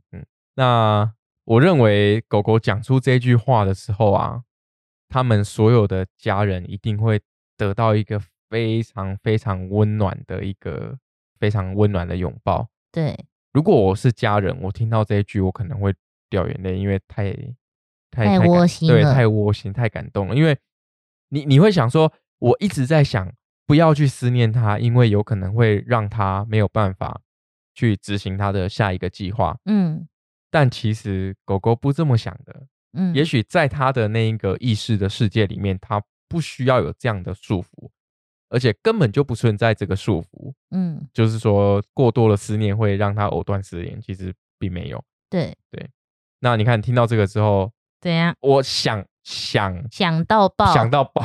[SPEAKER 1] 那我认为狗狗讲出这句话的时候啊，他们所有的家人一定会得到一个非常非常温暖的一个非常温暖的拥抱。
[SPEAKER 2] 对，
[SPEAKER 1] 如果我是家人，我听到这一句，我可能会掉眼泪，因为太太
[SPEAKER 2] 太
[SPEAKER 1] 感
[SPEAKER 2] 窝心
[SPEAKER 1] 对，
[SPEAKER 2] 了
[SPEAKER 1] 太窝心，太感动了。因为你你会想说，我一直在想不要去思念他，因为有可能会让他没有办法去执行他的下一个计划。
[SPEAKER 2] 嗯
[SPEAKER 1] 但其实狗狗不这么想的，
[SPEAKER 2] 嗯，
[SPEAKER 1] 也许在他的那一个意识的世界里面，他不需要有这样的束缚，而且根本就不存在这个束缚。
[SPEAKER 2] 嗯
[SPEAKER 1] 就是说过多的思念会让他藕断丝连，其实并没有。
[SPEAKER 2] 对，
[SPEAKER 1] 那你看听到这个之后，
[SPEAKER 2] 怎样
[SPEAKER 1] 我想想
[SPEAKER 2] 想到爆，
[SPEAKER 1] 想到爆，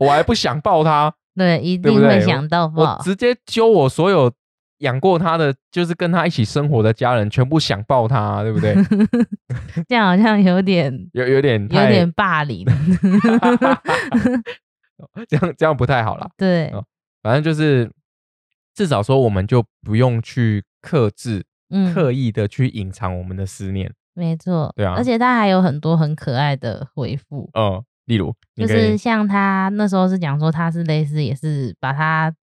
[SPEAKER 1] 我还不想抱他，
[SPEAKER 2] 对，一
[SPEAKER 1] 对
[SPEAKER 2] 定
[SPEAKER 1] 不对
[SPEAKER 2] 会想到爆
[SPEAKER 1] 我，直接揪我所有养过他的，就是跟他一起生活的家人，全部想抱他，对不对？
[SPEAKER 2] 这样好像有
[SPEAKER 1] (laughs)
[SPEAKER 2] 点
[SPEAKER 1] 有有点
[SPEAKER 2] 有
[SPEAKER 1] 太
[SPEAKER 2] 点霸
[SPEAKER 1] (laughs)
[SPEAKER 2] 凌，
[SPEAKER 1] 这样这样不太好啦。
[SPEAKER 2] 对，
[SPEAKER 1] 哦反正就是至少说，我们就不用去克制、
[SPEAKER 2] 嗯，
[SPEAKER 1] 刻意的去隐藏我们的思念。
[SPEAKER 2] 没错，
[SPEAKER 1] 对啊
[SPEAKER 2] 而且他还有很多很可爱的回复，
[SPEAKER 1] 嗯，例如你
[SPEAKER 2] 就
[SPEAKER 1] 可以
[SPEAKER 2] 是像他那时候是讲说他是类似也是把他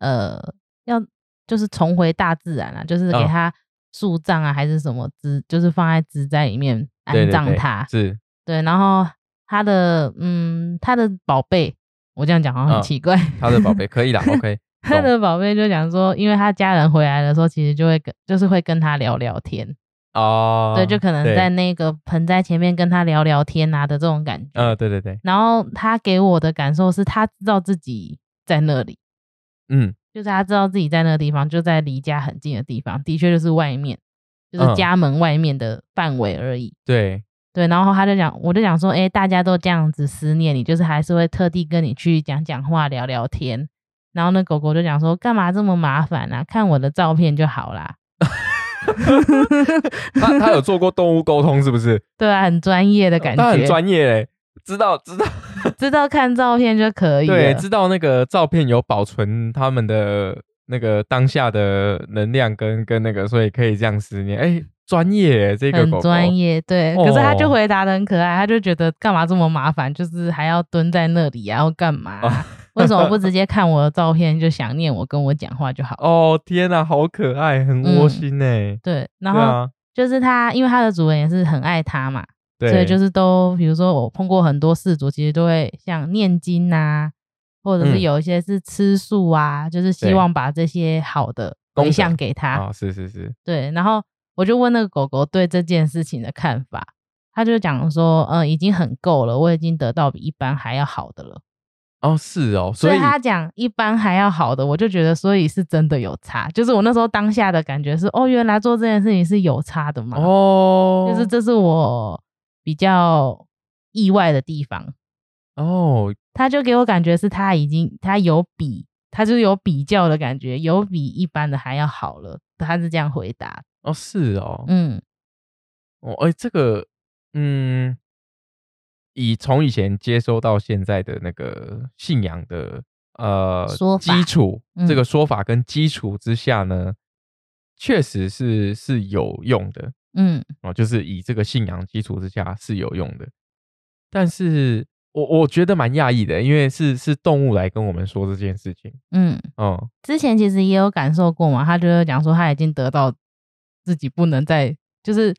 [SPEAKER 2] 呃要就是重回大自然啊，就是给
[SPEAKER 1] 嗯
[SPEAKER 2] 他树葬啊、还是什么植，就是放在植栽里面
[SPEAKER 1] 对
[SPEAKER 2] 安
[SPEAKER 1] 对
[SPEAKER 2] 葬
[SPEAKER 1] 对
[SPEAKER 2] 他，
[SPEAKER 1] 是
[SPEAKER 2] 对，然后他的嗯他的宝贝，我这样讲好
[SPEAKER 1] 嗯
[SPEAKER 2] 像很奇怪，
[SPEAKER 1] 他的宝贝可以
[SPEAKER 2] (laughs)
[SPEAKER 1] 啦，OK
[SPEAKER 2] 他的宝贝就讲说，因为他家人回来的时候，其实就会跟就是会跟他聊聊天，
[SPEAKER 1] 哦，
[SPEAKER 2] 对，就可能
[SPEAKER 1] 对
[SPEAKER 2] 在那个盆栽前面跟他聊聊天啊的这种感觉。
[SPEAKER 1] 呃，对对对，
[SPEAKER 2] 然后他给我的感受是他知道自己在那里，
[SPEAKER 1] 嗯，
[SPEAKER 2] 就是他知道自己在那个地方，就在离家很近的地方，的确就是外面，就是
[SPEAKER 1] 嗯
[SPEAKER 2] 家门外面的范围而已。
[SPEAKER 1] 对，
[SPEAKER 2] 对，然后他就讲，我就讲说，哎、大家都这样子思念你，就是还是会特地跟你去讲讲话、聊聊天。然后那狗狗就讲说，干嘛这么麻烦啊？看我的照片就好啦。
[SPEAKER 1] 他他有做过动物沟通是不是？
[SPEAKER 2] 对啊，很专业的感觉，
[SPEAKER 1] 他很哦专业嘞，知道知道，
[SPEAKER 2] 知道看照片就可以了。
[SPEAKER 1] 对，知道那个照片有保存他们的那个当下的能量跟跟那个，所以可以这样思念，哎，专业耶这个
[SPEAKER 2] 很
[SPEAKER 1] 狗狗，
[SPEAKER 2] 专业，对。可是他就
[SPEAKER 1] 哦
[SPEAKER 2] 回答的很可爱，他就觉得干嘛这么麻烦，就是还要蹲在那里啊，要干嘛
[SPEAKER 1] 哦
[SPEAKER 2] 啊、为什
[SPEAKER 1] (laughs)
[SPEAKER 2] 么不直接看我的照片就想念我，跟我讲话就好？
[SPEAKER 1] 哦天哪，好可爱，很窝
[SPEAKER 2] 嗯
[SPEAKER 1] 心哎，
[SPEAKER 2] 对，然
[SPEAKER 1] 对
[SPEAKER 2] 后
[SPEAKER 1] 啊，
[SPEAKER 2] 就是他，因为他的主人也是很爱他嘛，
[SPEAKER 1] 对，
[SPEAKER 2] 所以就是都，比如说我碰过很多事主，其实都会像念经啊，或者是
[SPEAKER 1] 嗯
[SPEAKER 2] 有一些是吃素啊，就是希
[SPEAKER 1] 对
[SPEAKER 2] 望把这些好的
[SPEAKER 1] 功
[SPEAKER 2] 回
[SPEAKER 1] 德
[SPEAKER 2] 向给他。
[SPEAKER 1] 啊，是是是，
[SPEAKER 2] 对，然后我就问那个狗狗对这件事情的看法，他就讲说，嗯，已经很够了，我已经得到比一般还要好的了。
[SPEAKER 1] 哦是哦，
[SPEAKER 2] 所
[SPEAKER 1] 所以
[SPEAKER 2] 他讲一般还要好的，我就觉得，所以是真的有差。就是我那时候当下的感觉是，哦，原来做这件事情是有差的嘛。，
[SPEAKER 1] 哦，
[SPEAKER 2] 就是这是我比较意外的地方。
[SPEAKER 1] 哦，
[SPEAKER 2] 他就给我感觉是他已经他有比，他就是有比较的感觉，有比一般的还要好了。他是这样回答，
[SPEAKER 1] 哦是哦，
[SPEAKER 2] 嗯
[SPEAKER 1] 哦，哎、这个，嗯，以从以前接收到现在的那个信仰的呃
[SPEAKER 2] 说
[SPEAKER 1] 基
[SPEAKER 2] 法
[SPEAKER 1] 础，这
[SPEAKER 2] 嗯
[SPEAKER 1] 个说法跟基础之下呢，确实是是有用的
[SPEAKER 2] 嗯
[SPEAKER 1] 哦，就是以这个信仰基础之下是有用的。但是我我觉得蛮讶异的，因为是是动物来跟我们说这件事情，
[SPEAKER 2] 嗯。
[SPEAKER 1] 嗯，
[SPEAKER 2] 之前其实也有感受过嘛，他就是讲说他已经得到自己不能再，就是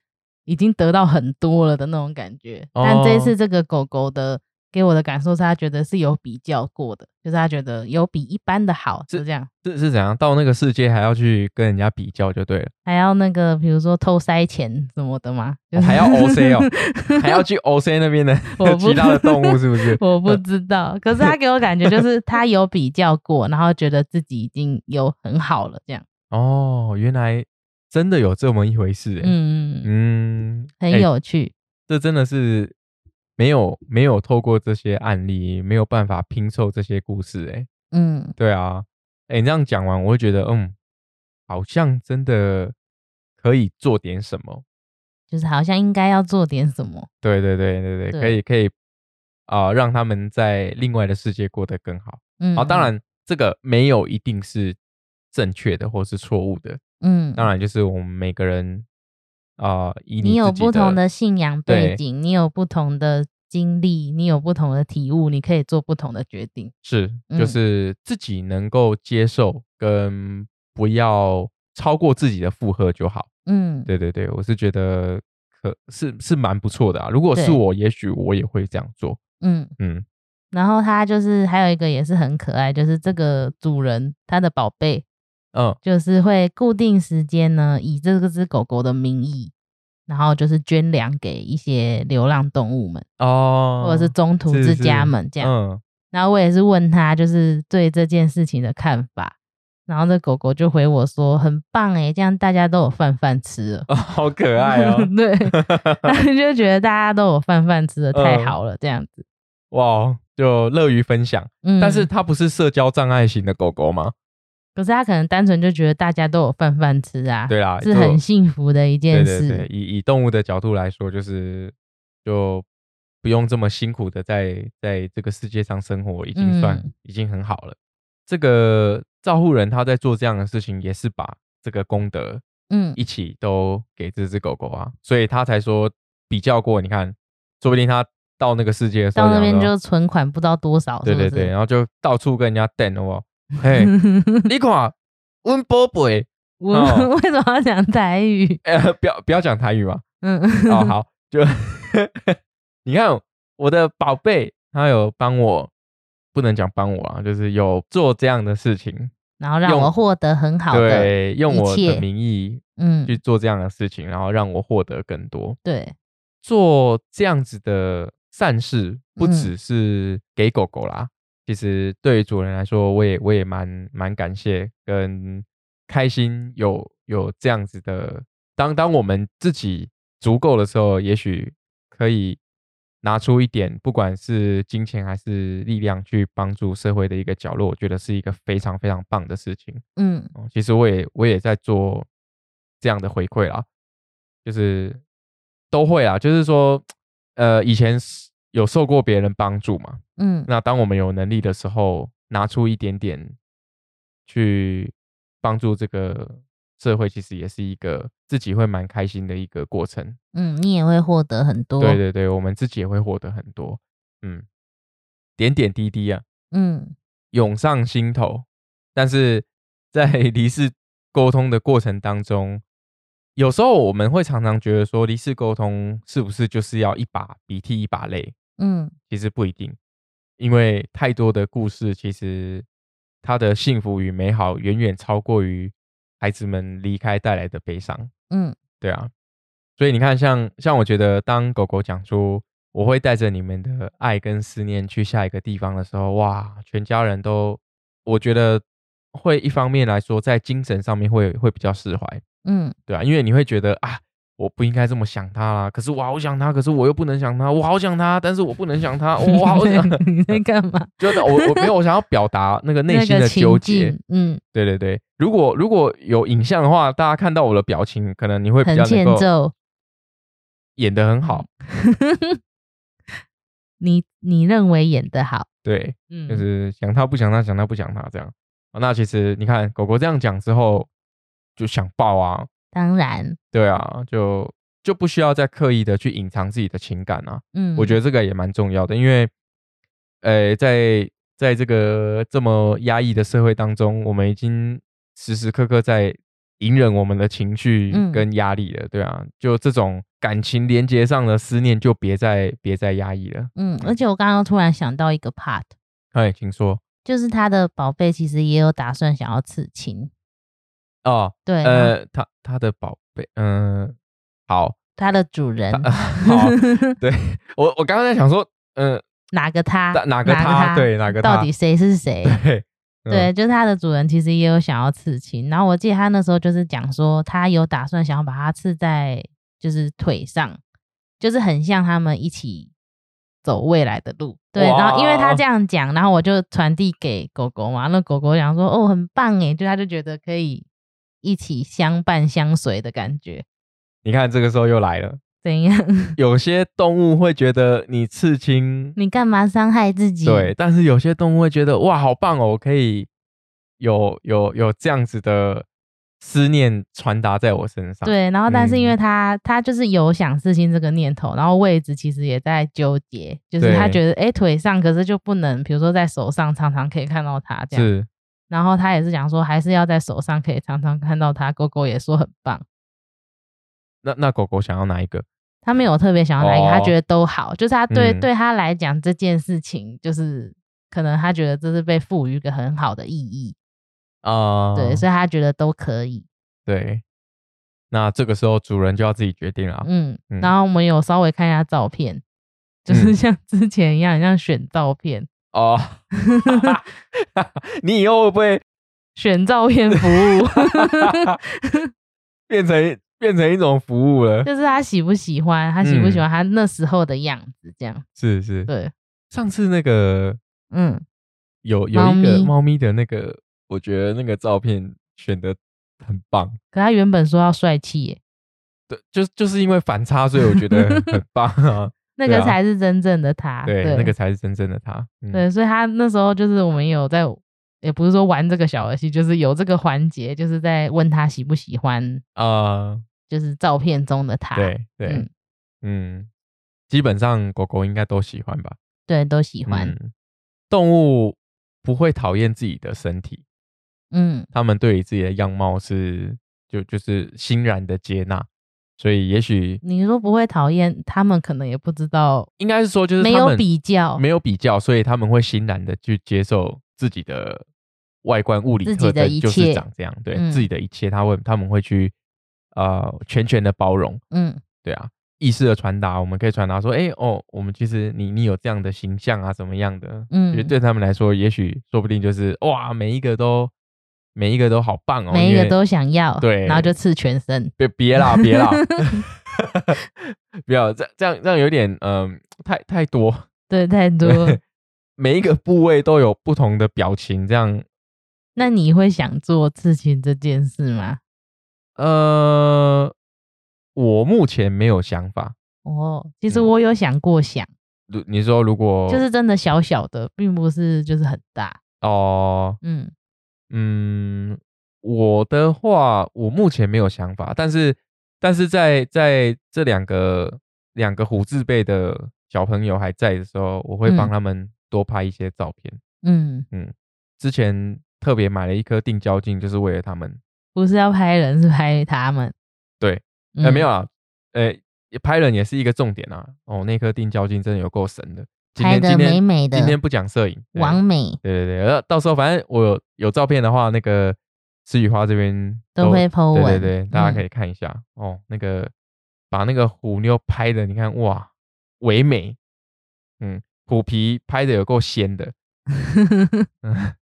[SPEAKER 2] 已经得到很多了的那种感觉。但这一
[SPEAKER 1] 哦
[SPEAKER 2] 次这个狗狗的给我的感受是，他觉得是有比较过的，就是他觉得有比一般的好，
[SPEAKER 1] 这
[SPEAKER 2] 是这样。
[SPEAKER 1] 是是怎样到那个世界还要去跟人家比较就对了，
[SPEAKER 2] 还要那个，比如说偷塞钱什么的嘛，就
[SPEAKER 1] 哦
[SPEAKER 2] 是
[SPEAKER 1] 还要
[SPEAKER 2] (laughs)
[SPEAKER 1] OC 哦，还要去 OC 那边的
[SPEAKER 2] 我不
[SPEAKER 1] (laughs) 其他的动物是不是？
[SPEAKER 2] (laughs) 我不知道。可是他给我感觉就是他有比较过，然后觉得自己已经有很好了，这样。
[SPEAKER 1] 哦，原来真的有这么一回事、欸，嗯
[SPEAKER 2] 嗯，嗯
[SPEAKER 1] 嗯，
[SPEAKER 2] 很
[SPEAKER 1] 欸
[SPEAKER 2] 有趣。
[SPEAKER 1] 这真的是没有没有透过这些案例，没有办法拼凑这些故事、欸，
[SPEAKER 2] 嗯
[SPEAKER 1] 对啊，哎、你这样讲完，我会觉得，嗯，好像真的可以做点什么，
[SPEAKER 2] 就是好像应该要做点什么。
[SPEAKER 1] 对对对对对，可
[SPEAKER 2] 对
[SPEAKER 1] 以可以啊、让他们在另外的世界过得更好。
[SPEAKER 2] 嗯，
[SPEAKER 1] 好，哦当
[SPEAKER 2] 嗯，
[SPEAKER 1] 然这个没有一定是正确的或是错误的，
[SPEAKER 2] 嗯，
[SPEAKER 1] 当然就是我们每个人啊、以
[SPEAKER 2] 你有
[SPEAKER 1] 自己
[SPEAKER 2] 不同的信仰
[SPEAKER 1] 对
[SPEAKER 2] 背景，你有不同的经历，你有不同的体悟，你可以做不同的决定。
[SPEAKER 1] 是，就
[SPEAKER 2] 嗯
[SPEAKER 1] 是自己能够接受跟不要超过自己的负荷就好。
[SPEAKER 2] 嗯，
[SPEAKER 1] 对对对，我是觉得可是是蛮不错的啊。如果是
[SPEAKER 2] 对
[SPEAKER 1] 我，也许我也会这样做。
[SPEAKER 2] 嗯，
[SPEAKER 1] 嗯，
[SPEAKER 2] 然后它就是还有一个也是很可爱，就是这个主人他的宝贝
[SPEAKER 1] 嗯，
[SPEAKER 2] 就是会固定时间呢，以这个只狗狗的名义，然后就是捐粮给一些流浪动物们，
[SPEAKER 1] 哦，
[SPEAKER 2] 或者是中途之家们这样。
[SPEAKER 1] 嗯，
[SPEAKER 2] 然后我也是问他，就是对这件事情的看法。然后这狗狗就回我说：“很棒诶，这样大家都有饭饭吃了。，
[SPEAKER 1] 哦 (laughs) 好可爱哦
[SPEAKER 2] (laughs)
[SPEAKER 1] (laughs)
[SPEAKER 2] 对，然后就觉得大家都有饭饭吃了，太
[SPEAKER 1] 嗯
[SPEAKER 2] 好了，这样子。
[SPEAKER 1] 哇，哦就乐于分享。
[SPEAKER 2] 嗯，
[SPEAKER 1] 但是它不是社交障碍型的狗狗吗？
[SPEAKER 2] 可是他可能单纯就觉得大家都有饭饭吃啊，
[SPEAKER 1] 对啦，
[SPEAKER 2] 是
[SPEAKER 1] 就
[SPEAKER 2] 很幸福的一
[SPEAKER 1] 对
[SPEAKER 2] 件
[SPEAKER 1] 对
[SPEAKER 2] 事。
[SPEAKER 1] 对，以以动物的角度来说，就是就不用这么辛苦的在在这个世界上生活，已经算、
[SPEAKER 2] 嗯
[SPEAKER 1] 已经很好了。这个照护人他在做这样的事情，也是把这个功德
[SPEAKER 2] 嗯
[SPEAKER 1] 一起都给这只狗狗啊，所以他才说比较过，你看，说不定他到那个世界的时候，
[SPEAKER 2] 到那边
[SPEAKER 1] 然后
[SPEAKER 2] 就存款不知道多少，
[SPEAKER 1] 对
[SPEAKER 2] 是
[SPEAKER 1] 对
[SPEAKER 2] 不是？
[SPEAKER 1] 对，
[SPEAKER 2] (laughs)
[SPEAKER 1] 然后就到处跟人家瞪哦，嘿，你看，温波贝， (laughs)
[SPEAKER 2] 我、 (laughs)
[SPEAKER 1] 哦
[SPEAKER 2] 为什么要讲台语？ (laughs)
[SPEAKER 1] 呃，不要不要讲台语嘛，
[SPEAKER 2] 嗯， (laughs)
[SPEAKER 1] 哦，好，就 (laughs) 你看我的宝贝，他有帮我，不能讲帮我啊，就是有做这样的事情，
[SPEAKER 2] 然后让
[SPEAKER 1] 用
[SPEAKER 2] 我获得很好的，
[SPEAKER 1] 对，用
[SPEAKER 2] 一
[SPEAKER 1] 我的
[SPEAKER 2] 切
[SPEAKER 1] 名义
[SPEAKER 2] 嗯，
[SPEAKER 1] 去做这样的事情，然后让我获得更多。
[SPEAKER 2] 对，
[SPEAKER 1] 做这样子的善事，不
[SPEAKER 2] 嗯
[SPEAKER 1] 只是给狗狗啦，其实对于主人来说，我也我也蛮蛮感谢跟开心有有这样子的。当当我们自己足够的时候，也许可以拿出一点，不管是金钱还是力量，去帮助社会的一个角落，我觉得是一个非常非常棒的事情。
[SPEAKER 2] 嗯
[SPEAKER 1] 哦，其实我也我也在做这样的回馈啦，就是都会啊，就是说，呃，以前是有受过别人帮助嘛，
[SPEAKER 2] 嗯
[SPEAKER 1] 那当我们有能力的时候，拿出一点点去帮助这个社会，其实也是一个自己会蛮开心的一个过程。
[SPEAKER 2] 嗯，你也会获得很多，
[SPEAKER 1] 对对对，我们自己也会获得很多，嗯，点点滴滴啊，
[SPEAKER 2] 嗯
[SPEAKER 1] 涌上心头，但是在离世沟通的过程当中，有时候我们会常常觉得说，离世沟通是不是就是要一把鼻涕一把泪？
[SPEAKER 2] 嗯
[SPEAKER 1] 其实不一定，因为太多的故事，其实它的幸福与美好远远超过于孩子们离开带来的悲伤。
[SPEAKER 2] 嗯
[SPEAKER 1] 对啊，所以你看像，像我觉得，当狗狗讲出我会带着你们的爱跟思念去下一个地方的时候，哇，全家人都，我觉得会一方面来说，在精神上面会会比较释怀，
[SPEAKER 2] 嗯
[SPEAKER 1] 对啊，因为你会觉得啊，我不应该这么想他啦，可是我好想他，可是我又不能想他，我好想他，但是我不能想他，我好想，
[SPEAKER 2] (laughs) 你在干嘛？
[SPEAKER 1] 就是我我没有我想要表达那个内
[SPEAKER 2] 那
[SPEAKER 1] 心
[SPEAKER 2] 个
[SPEAKER 1] 的
[SPEAKER 2] 情
[SPEAKER 1] 纠结，
[SPEAKER 2] 境嗯，
[SPEAKER 1] 对对对，如果如果有影像的话，大家看到我的表情，可能你会比
[SPEAKER 2] 很
[SPEAKER 1] 较能
[SPEAKER 2] 欠
[SPEAKER 1] 够
[SPEAKER 2] 揍。
[SPEAKER 1] 演得很好，
[SPEAKER 2] 你你认为演得好，
[SPEAKER 1] 对，
[SPEAKER 2] 嗯，
[SPEAKER 1] 就是想他不想他，想他不想他这样。哦那其实你看狗狗这样讲之后，就想抱啊，
[SPEAKER 2] 当然，
[SPEAKER 1] 对啊，就就不需要再刻意的去隐藏自己的情感啊。
[SPEAKER 2] 嗯，
[SPEAKER 1] 我觉
[SPEAKER 2] 得
[SPEAKER 1] 得这个也蛮重要的，因为，呃，在在这个这么压抑的社会当中，我们已经时时刻刻在隐忍我们的情绪
[SPEAKER 2] 嗯
[SPEAKER 1] 跟压力了，对啊，就这种感情连接上的思念，就别再别再压抑了。
[SPEAKER 2] 嗯，而且我刚刚突然想到一个 part，
[SPEAKER 1] 哎，请说
[SPEAKER 2] 就是他的宝贝其实也有打算想要刺青，
[SPEAKER 1] 哦，
[SPEAKER 2] 对，啊然后
[SPEAKER 1] 呃，他他的宝贝，嗯、好，
[SPEAKER 2] 他的主人
[SPEAKER 1] 他 (laughs)
[SPEAKER 2] (laughs)
[SPEAKER 1] 好，对我我刚刚在想说，嗯、
[SPEAKER 2] 哪个他
[SPEAKER 1] 哪哪
[SPEAKER 2] 哪
[SPEAKER 1] 个他
[SPEAKER 2] 他
[SPEAKER 1] 对哪个他
[SPEAKER 2] 到底谁是谁？
[SPEAKER 1] (laughs) 对嗯
[SPEAKER 2] 对，就是他的主人其实也有想要刺青，然后我记得他那时候就是讲说，他有打算想要把它刺在就是腿上，就是很像他们一起走未来的路。对，
[SPEAKER 1] 哇
[SPEAKER 2] 然后因为他这样讲，然后我就传递给狗狗嘛，那狗狗讲说哦很棒诶，就他就觉得可以一起相伴相随的感觉，
[SPEAKER 1] 你看这个时候又来了，
[SPEAKER 2] 怎样？ (laughs)
[SPEAKER 1] 有些动物会觉得你刺青，
[SPEAKER 2] 你干嘛伤害自己？
[SPEAKER 1] 对，，但是有些动物会觉得哇，好棒哦，我可以有有有这样子的思念传达在我身上，，
[SPEAKER 2] 对，然后但是因为
[SPEAKER 1] 嗯
[SPEAKER 2] 他、他就是有想刺青这个念头，然后位置其实也在纠结，就是他
[SPEAKER 1] 对
[SPEAKER 2] 觉得哎、诶腿上，可是就不能，比如说在手上常常可以看到他这样，
[SPEAKER 1] 是
[SPEAKER 2] 然后他也是讲说，还是要在手上可以常常看到它。狗狗也说很棒，
[SPEAKER 1] 那那狗狗想要哪一个？
[SPEAKER 2] 他没有特别想要哪一个，他
[SPEAKER 1] 哦
[SPEAKER 2] 觉得都好，就是他对、
[SPEAKER 1] 嗯
[SPEAKER 2] 对他来讲这件事情，就是可能他觉得这是被赋予一个很好的意义，
[SPEAKER 1] 啊、
[SPEAKER 2] 对，所以他觉得都可以，
[SPEAKER 1] 对，那这个时候主人就要自己决定了。
[SPEAKER 2] 嗯。
[SPEAKER 1] 嗯
[SPEAKER 2] 然后我们有稍微看一下照片，就是
[SPEAKER 1] 嗯
[SPEAKER 2] 像之前一样，很像选照片，
[SPEAKER 1] 哦， (laughs) 你以后会不会
[SPEAKER 2] (laughs) 选照片服务， (laughs)
[SPEAKER 1] 变成变成一种服务了？
[SPEAKER 2] 就是他喜不喜欢，他喜不喜
[SPEAKER 1] 嗯
[SPEAKER 2] 欢他那时候的样子，这样
[SPEAKER 1] 是是，
[SPEAKER 2] 对，
[SPEAKER 1] 上次那个
[SPEAKER 2] 嗯。
[SPEAKER 1] 有有
[SPEAKER 2] 猫
[SPEAKER 1] 一个
[SPEAKER 2] 咪
[SPEAKER 1] 猫咪的那个，我觉得那个照片选的很棒。
[SPEAKER 2] 可他原本说要帅气耶，
[SPEAKER 1] 对，就是就是因为反差，所以我觉得很棒
[SPEAKER 2] (laughs)
[SPEAKER 1] 啊。
[SPEAKER 2] 那
[SPEAKER 1] 对
[SPEAKER 2] 个
[SPEAKER 1] 啊
[SPEAKER 2] 才是真正的他。
[SPEAKER 1] 对，
[SPEAKER 2] 啊对
[SPEAKER 1] 那个才是真正的他。嗯、
[SPEAKER 2] 对，所以他那时候就是我们也有在，也不是说玩这个小游戏，就是有这个环节，就是在问他喜不喜欢，
[SPEAKER 1] 啊、
[SPEAKER 2] 就是照片中的他。
[SPEAKER 1] 对对，嗯
[SPEAKER 2] 嗯
[SPEAKER 1] 基本上狗狗应该都喜欢吧。
[SPEAKER 2] 对都喜欢。
[SPEAKER 1] 嗯，动物不会讨厌自己的身体，
[SPEAKER 2] 嗯
[SPEAKER 1] 它们对于自己的样貌是就就是欣然的接纳，所以也许
[SPEAKER 2] 你说不会讨厌，他们可能也不知道，
[SPEAKER 1] 应该是说就是
[SPEAKER 2] 没
[SPEAKER 1] 它
[SPEAKER 2] 有
[SPEAKER 1] 们
[SPEAKER 2] 比较
[SPEAKER 1] 没有比较，所以他们会欣然的去接受自己的外观物理
[SPEAKER 2] 自己
[SPEAKER 1] 特
[SPEAKER 2] 的
[SPEAKER 1] 征
[SPEAKER 2] 一
[SPEAKER 1] 就是
[SPEAKER 2] 切
[SPEAKER 1] 长这样，对、
[SPEAKER 2] 嗯
[SPEAKER 1] 自己的一切，他会他们会去呃全权的包容，
[SPEAKER 2] 嗯
[SPEAKER 1] 对啊，意识的传达，我们可以传达说，哎、哦，我们其实你你有这样的形象啊，怎么样的，
[SPEAKER 2] 嗯
[SPEAKER 1] 就是对他们来说，也许说不定就是哇，每一个都每一个都好棒哦，
[SPEAKER 2] 每一
[SPEAKER 1] 因
[SPEAKER 2] 个
[SPEAKER 1] 为
[SPEAKER 2] 都想要，
[SPEAKER 1] 对
[SPEAKER 2] 然后就刺全身。
[SPEAKER 1] 别别啦，别
[SPEAKER 2] (laughs)
[SPEAKER 1] 啦， (laughs) 不要这这样这样有点嗯、太太多，
[SPEAKER 2] 对，太多。
[SPEAKER 1] 每一个部位都有不同的表情，这样
[SPEAKER 2] 那你会想做刺青这件事吗？
[SPEAKER 1] 呃，我目前没有想法。
[SPEAKER 2] 哦，其实
[SPEAKER 1] 嗯哦
[SPEAKER 2] 我有想过想。
[SPEAKER 1] 如你说如果
[SPEAKER 2] 就是真的小小的，并不是就是很大。
[SPEAKER 1] 哦、
[SPEAKER 2] 嗯
[SPEAKER 1] 嗯，我的话，我目前没有想法，但是但是在在这两个两个虎字辈的小朋友还在的时候，我会帮
[SPEAKER 2] 嗯
[SPEAKER 1] 他们多拍一些照片。
[SPEAKER 2] 嗯，
[SPEAKER 1] 之前特别买了一颗定焦镜，就是为了他们。
[SPEAKER 2] 不是要拍人，是拍他们。
[SPEAKER 1] 对，
[SPEAKER 2] 嗯
[SPEAKER 1] 呃，没有，啊，呃，拍人也是一个重点啊。哦，那颗定焦镜真的有够神的。今
[SPEAKER 2] 拍
[SPEAKER 1] 天
[SPEAKER 2] 的
[SPEAKER 1] 今
[SPEAKER 2] 美
[SPEAKER 1] 天
[SPEAKER 2] 美的，
[SPEAKER 1] 今天不讲摄影，对
[SPEAKER 2] 完美
[SPEAKER 1] 对对对，呃到时候反正我有有照片的话，那个思雨花这边
[SPEAKER 2] 都会 po 文。嗯
[SPEAKER 1] 对对
[SPEAKER 2] (laughs)
[SPEAKER 1] 对，大家可
[SPEAKER 2] 以。
[SPEAKER 1] 以看一下、哦。那个把那个虎妞拍的，你看哇，唯美，嗯，虎皮拍的有够鲜的。嗯，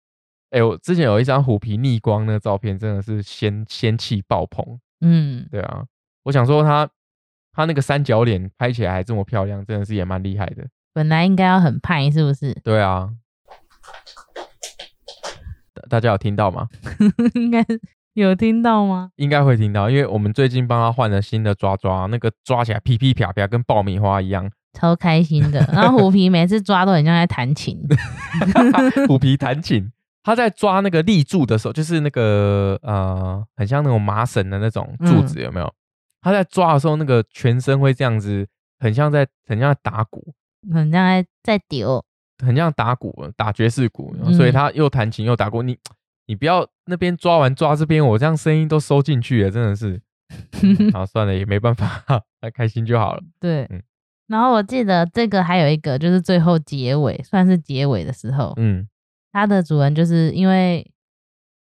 [SPEAKER 1] 哎、我之前有一张虎皮逆光那个照片，真的是仙仙气爆棚。
[SPEAKER 2] 嗯，
[SPEAKER 1] 对啊，我想说他他那个三角脸拍起来还这么漂亮，真的是也蛮厉害的。
[SPEAKER 2] 本来应该要很派，是不是？ (laughs)
[SPEAKER 1] 对啊，大大家有听到吗？
[SPEAKER 2] 应该是有听到吗？
[SPEAKER 1] 应该会听到，因为我们最近帮他换了新的抓抓，那个抓起来噼噼啪啪，跟爆米花一样。 (laughs)
[SPEAKER 2] 超开心的。然后虎皮每次抓都很像在弹琴。 (laughs)
[SPEAKER 1] 虎皮弹琴，他在抓那个立柱的时候，就是那个呃，很像那种麻绳的那种柱子，有没有？他在抓的时候，那个全身会这样子，很像在很像在打鼓，
[SPEAKER 2] 很像在在丢，
[SPEAKER 1] 很像打鼓打爵士鼓，
[SPEAKER 2] 嗯
[SPEAKER 1] 所以他又弹琴又打鼓。你你不要那边抓完抓这边，我这样声音都收进去了，真的
[SPEAKER 2] (laughs)
[SPEAKER 1] 是。好，算了，也没办法，开心就好了。
[SPEAKER 2] 对，
[SPEAKER 1] 嗯
[SPEAKER 2] 然后我记得这个还有一个，就是最后结尾，算是结尾的时候，
[SPEAKER 1] 嗯
[SPEAKER 2] 它的主人就是因为，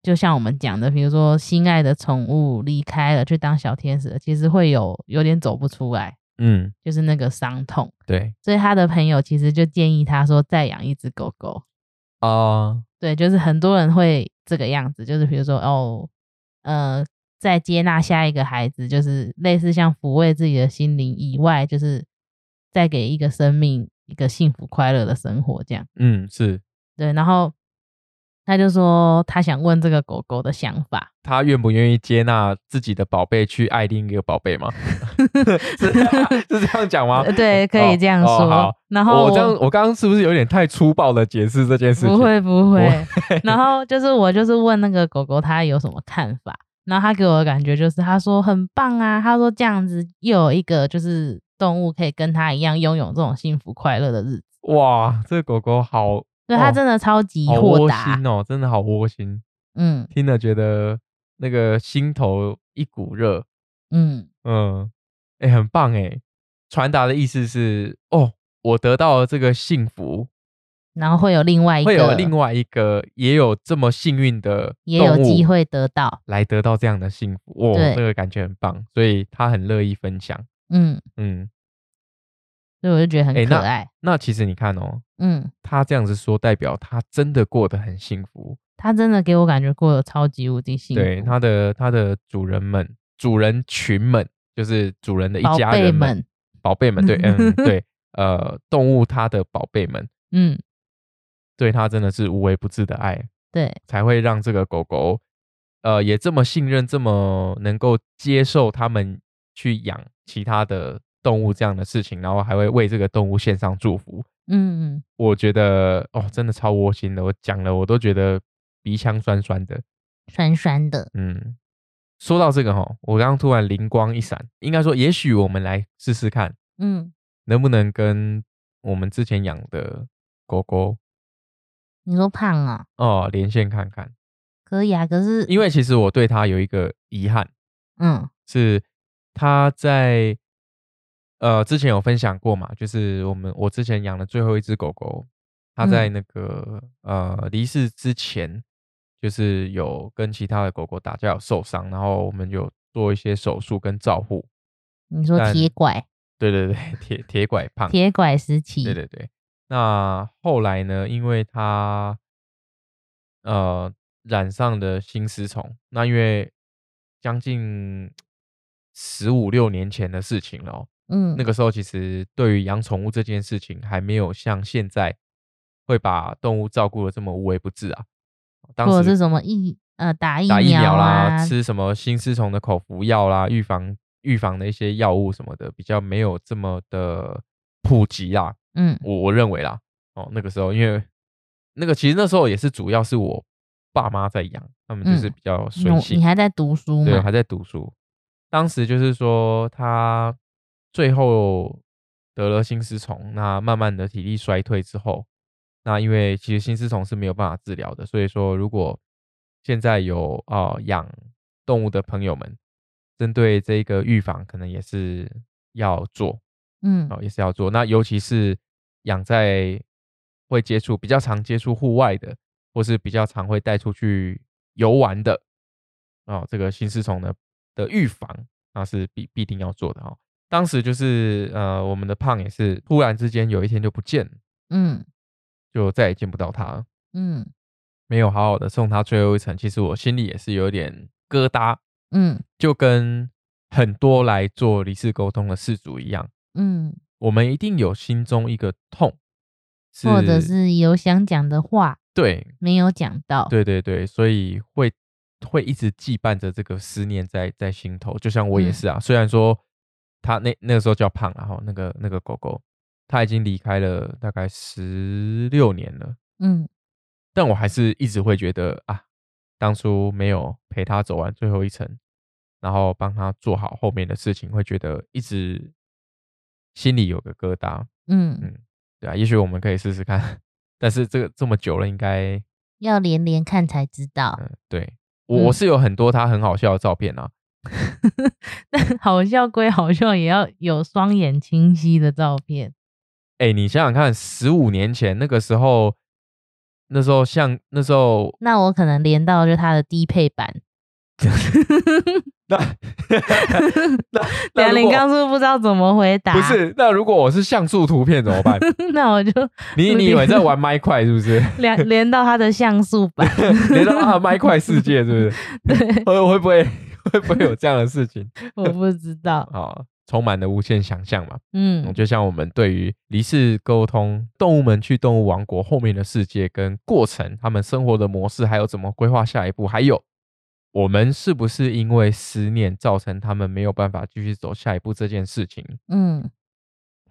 [SPEAKER 2] 就像我们讲的，比如说心爱的宠物离开了，去当小天使了，其实会有有点走不出来，
[SPEAKER 1] 嗯，
[SPEAKER 2] 就是那个伤痛。
[SPEAKER 1] 对
[SPEAKER 2] 所以他的朋友其实就建议他说，再养一只狗狗。
[SPEAKER 1] 啊、
[SPEAKER 2] 对，就是很多人会这个样子，就是比如说哦，呃，在接纳下一个孩子，就是类似像抚慰自己的心灵以外，就是再给一个生命一个幸福快乐的生活这样。
[SPEAKER 1] 嗯，是
[SPEAKER 2] 对，然后他就说他想问这个狗狗的想法，
[SPEAKER 1] 他愿不愿意接纳自己的宝贝去爱另一个宝贝吗？ (laughs) 是
[SPEAKER 2] (laughs)
[SPEAKER 1] 是这样讲吗
[SPEAKER 2] 呃？对，可以这样说。
[SPEAKER 1] 啊哦哦好
[SPEAKER 2] 然后
[SPEAKER 1] 我这样，我刚刚是不是有点太粗暴的解释这件事情？
[SPEAKER 2] 不会不会
[SPEAKER 1] 会， (laughs)
[SPEAKER 2] 然后就是我就是问那个狗狗它有什么看法，然后它给我的感觉就是它说很棒啊，它说这样子又有一个就是动物可以跟它一样拥有这种幸福快乐的日子。
[SPEAKER 1] 哇，这个狗狗好
[SPEAKER 2] 对
[SPEAKER 1] 哦
[SPEAKER 2] 他真的超级
[SPEAKER 1] 好
[SPEAKER 2] 豁
[SPEAKER 1] 窝
[SPEAKER 2] 达，
[SPEAKER 1] 心哦，真的好窝心，
[SPEAKER 2] 嗯
[SPEAKER 1] 听了觉得那个心头一股热，
[SPEAKER 2] 嗯，
[SPEAKER 1] 嗯，哎、很棒哎，传达的意思是哦，我得到了这个幸福，
[SPEAKER 2] 然后会有另外一个，
[SPEAKER 1] 会有另外一个也有这么幸运的
[SPEAKER 2] 也有
[SPEAKER 1] 动物
[SPEAKER 2] 机会得到，
[SPEAKER 1] 来得到这样的幸福，哇、
[SPEAKER 2] 对
[SPEAKER 1] 这个感觉很棒，所以他很乐意分享，
[SPEAKER 2] 嗯，
[SPEAKER 1] 嗯，
[SPEAKER 2] 所以我就觉得很
[SPEAKER 1] 哎
[SPEAKER 2] 可
[SPEAKER 1] 那
[SPEAKER 2] 爱，
[SPEAKER 1] 那其实你看哦，
[SPEAKER 2] 嗯，
[SPEAKER 1] 他这样子说，代表他真的过得很幸福，
[SPEAKER 2] 他真的给我感觉过得超级无敌幸福，
[SPEAKER 1] 对他的他的主人们、主人群们，就是主人的一
[SPEAKER 2] 宝
[SPEAKER 1] 家
[SPEAKER 2] 贝
[SPEAKER 1] 人们、
[SPEAKER 2] 们，
[SPEAKER 1] 宝贝们，对，嗯，对，呃，动物它的宝贝们
[SPEAKER 2] 嗯，
[SPEAKER 1] 对它真的是无微不至的爱，
[SPEAKER 2] 对，
[SPEAKER 1] 才会让这个狗狗，呃，也这么信任，这么能够接受他们去养其他的动物这样的事情，然后还会为这个动物献上祝福。
[SPEAKER 2] 嗯嗯，
[SPEAKER 1] 我觉得哦，真的超窝心的，我讲了我都觉得鼻腔酸酸的。
[SPEAKER 2] 酸酸的，
[SPEAKER 1] 嗯，说到这个哈，我刚刚突然灵光一闪，应该说，也许我们来试试看，
[SPEAKER 2] 嗯，
[SPEAKER 1] 能不能跟我们之前养的狗狗
[SPEAKER 2] 你说胖啊、
[SPEAKER 1] 哦连线看看。
[SPEAKER 2] 可以啊，可是
[SPEAKER 1] 因为其实我对它有一个遗憾，
[SPEAKER 2] 嗯
[SPEAKER 1] 是它在呃之前有分享过嘛，就是我们我之前养的最后一只狗狗，它在那个、呃离世之前，就是有跟其他的狗狗打架有受伤，然后我们有做一些手术跟照护。
[SPEAKER 2] 你说
[SPEAKER 1] 但
[SPEAKER 2] 铁拐
[SPEAKER 1] 对对对， (laughs) 铁铁拐胖，
[SPEAKER 2] 铁拐时期，
[SPEAKER 1] 对对对。那后来呢？因为他呃染上的新丝虫，那因为将近十五六年前的事情了哦、
[SPEAKER 2] 嗯，
[SPEAKER 1] 那个时候其实对于养宠物这件事情，还没有像现在会把动物照顾的这么无微不至啊。当
[SPEAKER 2] 或者
[SPEAKER 1] 时
[SPEAKER 2] 是什么疫呃打疫
[SPEAKER 1] 打疫苗啦，
[SPEAKER 2] 啊，
[SPEAKER 1] 吃什么新丝虫的口服药啦，预防预防的一些药物什么的，比较没有这么的普及啊啦。
[SPEAKER 2] 嗯
[SPEAKER 1] 我我认为啦，哦，那个时候因为那个其实那时候也是主要是我爸妈在养，他们就是
[SPEAKER 2] 嗯
[SPEAKER 1] 比较
[SPEAKER 2] 你
[SPEAKER 1] 随
[SPEAKER 2] 你
[SPEAKER 1] 性，
[SPEAKER 2] 还在读书
[SPEAKER 1] 对，我
[SPEAKER 2] 嘛？
[SPEAKER 1] 还在读书。当时就是说他最后得了心丝虫，那慢慢的体力衰退之后，那因为其实心丝虫是没有办法治疗的，所以说如果现在有呃养动物的朋友们，针对这个预防可能也是要做，
[SPEAKER 2] 嗯
[SPEAKER 1] 哦，也是要做。那尤其是养在会接触比较常接触户外的，或是比较常会带出去游玩的，哦，这个新丝虫的的预防那是必必定要做的哦。当时就是呃，我们的胖也是突然之间有一天就不见了，
[SPEAKER 2] 嗯
[SPEAKER 1] 就再也见不到他了，
[SPEAKER 2] 嗯
[SPEAKER 1] 没有好好的送他最后一程。其实我心里也是有点疙瘩，
[SPEAKER 2] 嗯
[SPEAKER 1] 就跟很多来做离世沟通的事主一样。
[SPEAKER 2] 嗯，
[SPEAKER 1] 我们一定有心中一个痛，是
[SPEAKER 2] 或者是有想讲的话
[SPEAKER 1] 对
[SPEAKER 2] 没有讲到，
[SPEAKER 1] 对对对，所以会会一直羁绊着这个思念在在心头。就像我也
[SPEAKER 2] 嗯
[SPEAKER 1] 是啊，虽然说他那那个时候叫胖啊，然后那个那个狗狗，它已经离开了大概十六年了，
[SPEAKER 2] 嗯
[SPEAKER 1] 但我还是一直会觉得啊，当初没有陪他走完最后一程，然后帮他做好后面的事情，会觉得一直心里有个疙瘩。嗯
[SPEAKER 2] 嗯，
[SPEAKER 1] 对啊，也许我们可以试试看，但是这个这么久了，应该
[SPEAKER 2] 要连连看才知道，
[SPEAKER 1] 嗯，对我我
[SPEAKER 2] 嗯
[SPEAKER 1] 是有很多他很好笑的照片啊，
[SPEAKER 2] 但 (laughs) 好笑归好笑，也要有双眼清晰的照片，
[SPEAKER 1] 哎、你想想看，十五年前那个时候，那时候像那时
[SPEAKER 2] (laughs)
[SPEAKER 1] 候
[SPEAKER 2] 那我可能连到就是它的低配版。
[SPEAKER 1] 那那 (laughs) (laughs)
[SPEAKER 2] 梁
[SPEAKER 1] 那如
[SPEAKER 2] 林
[SPEAKER 1] 果
[SPEAKER 2] 刚是不知道怎么回答，
[SPEAKER 1] 不是那如果我是像素图片怎么办？
[SPEAKER 2] 那
[SPEAKER 1] (laughs)
[SPEAKER 2] 我就
[SPEAKER 1] 你你以为
[SPEAKER 2] (laughs)
[SPEAKER 1] 在玩麦块是不是？
[SPEAKER 2] 连连到它的像素版， (laughs)
[SPEAKER 1] 连到啊麦块世界是不是？
[SPEAKER 2] 对，
[SPEAKER 1] (laughs) 会会不会会不会有这样的事情
[SPEAKER 2] 我不知
[SPEAKER 1] (laughs)
[SPEAKER 2] 道，
[SPEAKER 1] 啊、充满了无限想象嘛。
[SPEAKER 2] 嗯
[SPEAKER 1] 就像我们对于离世沟通动物们去动物王国后面的世界跟过程，他们生活的模式，还有怎么规划下一步，还有我们是不是因为思念造成他们没有办法继续走下一步这件事情，
[SPEAKER 2] 嗯，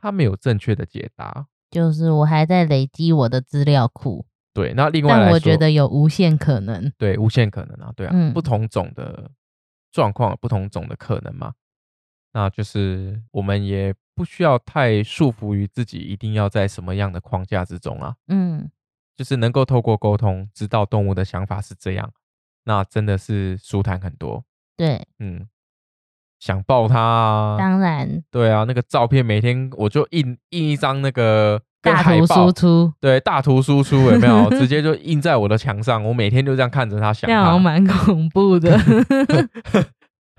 [SPEAKER 1] 他没有正确的解答。
[SPEAKER 2] 就是我还在累积我的资料库，
[SPEAKER 1] 对，那另外来
[SPEAKER 2] 但
[SPEAKER 1] 说，
[SPEAKER 2] 我觉得有无限可能。
[SPEAKER 1] 对无限可能啊，对啊，
[SPEAKER 2] 嗯
[SPEAKER 1] 不同种的状况，不同种的可能嘛，那就是我们也不需要太束缚于自己，一定要在什么样的框架之中啊。
[SPEAKER 2] 嗯
[SPEAKER 1] 就是能够透过沟通知道动物的想法是这样，那真的是舒坦很多。
[SPEAKER 2] 对，
[SPEAKER 1] 嗯，想抱它啊，
[SPEAKER 2] 当然
[SPEAKER 1] 对啊，那个照片每天我就印印一张那
[SPEAKER 2] (laughs)
[SPEAKER 1] 个跟
[SPEAKER 2] 大
[SPEAKER 1] 海
[SPEAKER 2] 图
[SPEAKER 1] 报
[SPEAKER 2] 输，出，
[SPEAKER 1] 对，大图输出有没有？直
[SPEAKER 2] (laughs)
[SPEAKER 1] 接就印在我的墙上，我每天就这样看着它，想
[SPEAKER 2] 这样啊好
[SPEAKER 1] 它。
[SPEAKER 2] 像蛮恐怖
[SPEAKER 1] (laughs)
[SPEAKER 2] 的。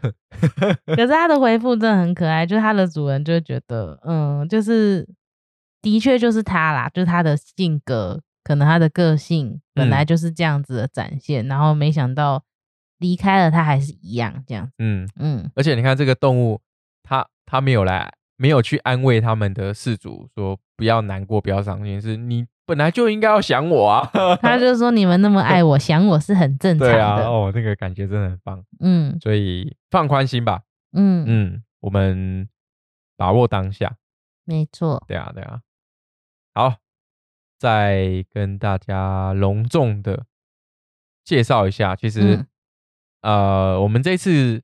[SPEAKER 2] 可是它的回复真的很可爱，就是它的主人就会觉得，嗯，就是的确就是它啦，就是它的性格，可能它的个性本来
[SPEAKER 1] 嗯
[SPEAKER 2] 就是这样子的展现，然后没想到离开了它还是一样这样，
[SPEAKER 1] 嗯，
[SPEAKER 2] 嗯，
[SPEAKER 1] 而且你看这个动物，它它没有来，没有去安慰他们的事主，说不要难过，不要伤心，是你本来就应该要想我
[SPEAKER 2] (laughs)
[SPEAKER 1] 啊。
[SPEAKER 2] 它就说你们那么爱我，想我是很正常
[SPEAKER 1] 呃对啊，
[SPEAKER 2] 的，
[SPEAKER 1] 哦，那个感觉真的很棒，
[SPEAKER 2] 嗯
[SPEAKER 1] 所以放宽心吧。
[SPEAKER 2] 嗯嗯，
[SPEAKER 1] 嗯，我们把握当下。
[SPEAKER 2] 没错，
[SPEAKER 1] 对啊，对啊。好，再跟大家隆重的介绍一下，其
[SPEAKER 2] 嗯
[SPEAKER 1] 实、呃，我们这次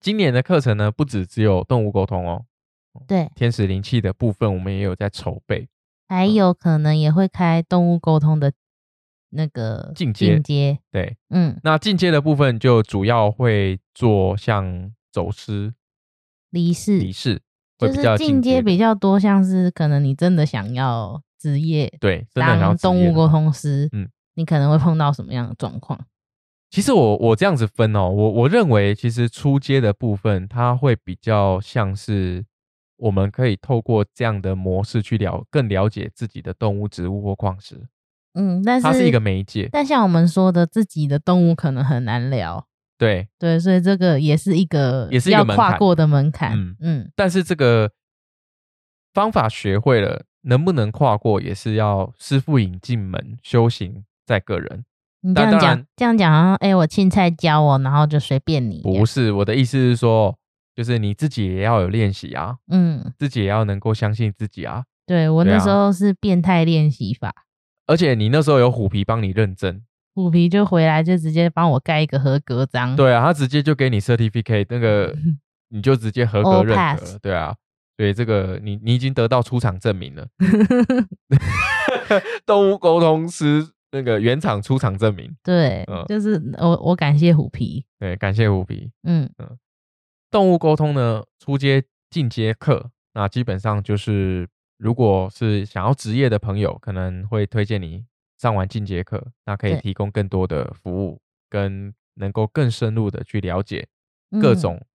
[SPEAKER 1] 今年的课程呢，不只只有动物沟通哦，
[SPEAKER 2] 对，
[SPEAKER 1] 天使灵气的部分我们也有在筹备。
[SPEAKER 2] 还
[SPEAKER 1] 嗯
[SPEAKER 2] 有可能也会开动物沟通的那个
[SPEAKER 1] 进阶
[SPEAKER 2] 进阶，
[SPEAKER 1] 对，
[SPEAKER 2] 嗯，
[SPEAKER 1] 那进阶的部分就主要会做像走失、
[SPEAKER 2] 离
[SPEAKER 1] 仪
[SPEAKER 2] 世
[SPEAKER 1] 式，会
[SPEAKER 2] 嗯就
[SPEAKER 1] 比
[SPEAKER 2] 是
[SPEAKER 1] 较
[SPEAKER 2] 进
[SPEAKER 1] 阶
[SPEAKER 2] 阶
[SPEAKER 1] 的
[SPEAKER 2] 比较多，像是可能你真的想要职业
[SPEAKER 1] 对，真的想要
[SPEAKER 2] 当
[SPEAKER 1] 职业
[SPEAKER 2] 动
[SPEAKER 1] 的
[SPEAKER 2] 物沟
[SPEAKER 1] 话
[SPEAKER 2] 通师，
[SPEAKER 1] 嗯，
[SPEAKER 2] 你可能会碰到什么样的状况？
[SPEAKER 1] 其实我我这样子分哦，我我认为其实出街的部分，它会比较像是我们可以透过这样的模式去了更了解自己的动物、植物或矿石，
[SPEAKER 2] 嗯，但
[SPEAKER 1] 它
[SPEAKER 2] 是
[SPEAKER 1] 是一个媒介。
[SPEAKER 2] 但像我们说的，自己的动物可能很难聊，
[SPEAKER 1] 对，
[SPEAKER 2] 对，所以这个也是一个
[SPEAKER 1] 也是一个
[SPEAKER 2] 要
[SPEAKER 1] 门
[SPEAKER 2] 跨
[SPEAKER 1] 槛
[SPEAKER 2] 过的门槛，
[SPEAKER 1] 嗯
[SPEAKER 2] 嗯，
[SPEAKER 1] 但是这个方法学会了，能不能跨过也是要师傅引进门，修行在个人。
[SPEAKER 2] 你这
[SPEAKER 1] 但
[SPEAKER 2] 样
[SPEAKER 1] 当
[SPEAKER 2] 讲
[SPEAKER 1] 然，
[SPEAKER 2] 这样讲好像，哎、我青菜教我，然后就随便你这样，
[SPEAKER 1] 不是我的意思是说，就是你自己也要有练习啊，
[SPEAKER 2] 嗯，
[SPEAKER 1] 自己也要能够相信自己啊。
[SPEAKER 2] 对我
[SPEAKER 1] 对
[SPEAKER 2] 那
[SPEAKER 1] 啊
[SPEAKER 2] 时候是变态练习法，
[SPEAKER 1] 而且你那时候有虎皮帮你认证，
[SPEAKER 2] 虎皮就回来就直接帮我盖一个合格章。，
[SPEAKER 1] 对啊，他直接就给你 certificate，那个你就直接合格
[SPEAKER 2] All
[SPEAKER 1] 认可
[SPEAKER 2] pass
[SPEAKER 1] 了，对啊，所以这个你你已经得到出厂证明了， (laughs) 动物沟通师那个原厂出厂证明，
[SPEAKER 2] 对，
[SPEAKER 1] 嗯
[SPEAKER 2] 就是我我感谢虎皮，
[SPEAKER 1] 对，感谢虎皮。
[SPEAKER 2] 嗯
[SPEAKER 1] 动物沟通呢，初阶、进阶课，那基本上就是如果是想要职业的朋友，可能会推荐你上完进阶课，那可以
[SPEAKER 2] 对
[SPEAKER 1] 提供更多的服务，跟能够更深入的去了解各
[SPEAKER 2] 嗯
[SPEAKER 1] 种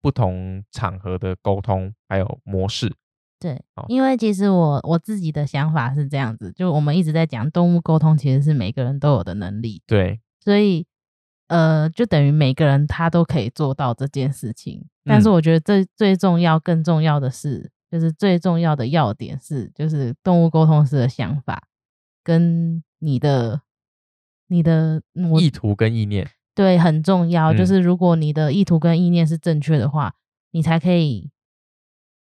[SPEAKER 1] 不同场合的沟通，还有模式。
[SPEAKER 2] 对
[SPEAKER 1] 好，
[SPEAKER 2] 因为其实我我自己的想法是这样子，就我们一直在讲动物沟通其实是每个人都有的能力，
[SPEAKER 1] 对，
[SPEAKER 2] 所以呃，就等于每个人他都可以做到这件事情。但是
[SPEAKER 1] 嗯
[SPEAKER 2] 我觉得最最重要、更重要的是，就是最重要的要点是，就是动物沟通师的想法跟你的你的嗯我
[SPEAKER 1] 意图跟意念，
[SPEAKER 2] 对很重要。就
[SPEAKER 1] 嗯
[SPEAKER 2] 是如果你的意图跟意念是正确的话，你才可以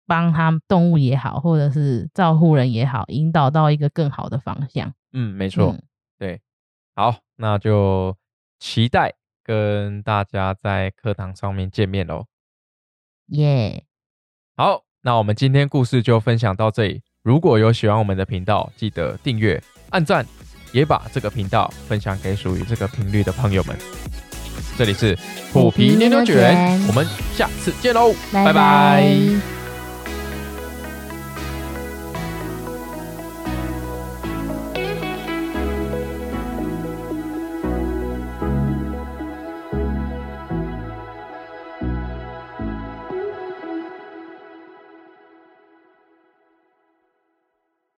[SPEAKER 2] 帮他们动物也好，或者是照护人也好，引导到一个更好的方向。
[SPEAKER 1] 嗯，没错，
[SPEAKER 2] 嗯
[SPEAKER 1] 对。好，那就期待跟大家在课堂上面见面喽。
[SPEAKER 2] 耶、
[SPEAKER 1] 好，那我们今天故事就分享到这里。如果有喜欢我们的频道，记得订阅、按赞，也把这个频道分享给属于这个频率的朋友们。这里是
[SPEAKER 2] 虎皮
[SPEAKER 1] 牛
[SPEAKER 2] 牛
[SPEAKER 1] 卷
[SPEAKER 2] 卷，
[SPEAKER 1] 我们下次见喽，拜
[SPEAKER 2] 拜
[SPEAKER 1] 拜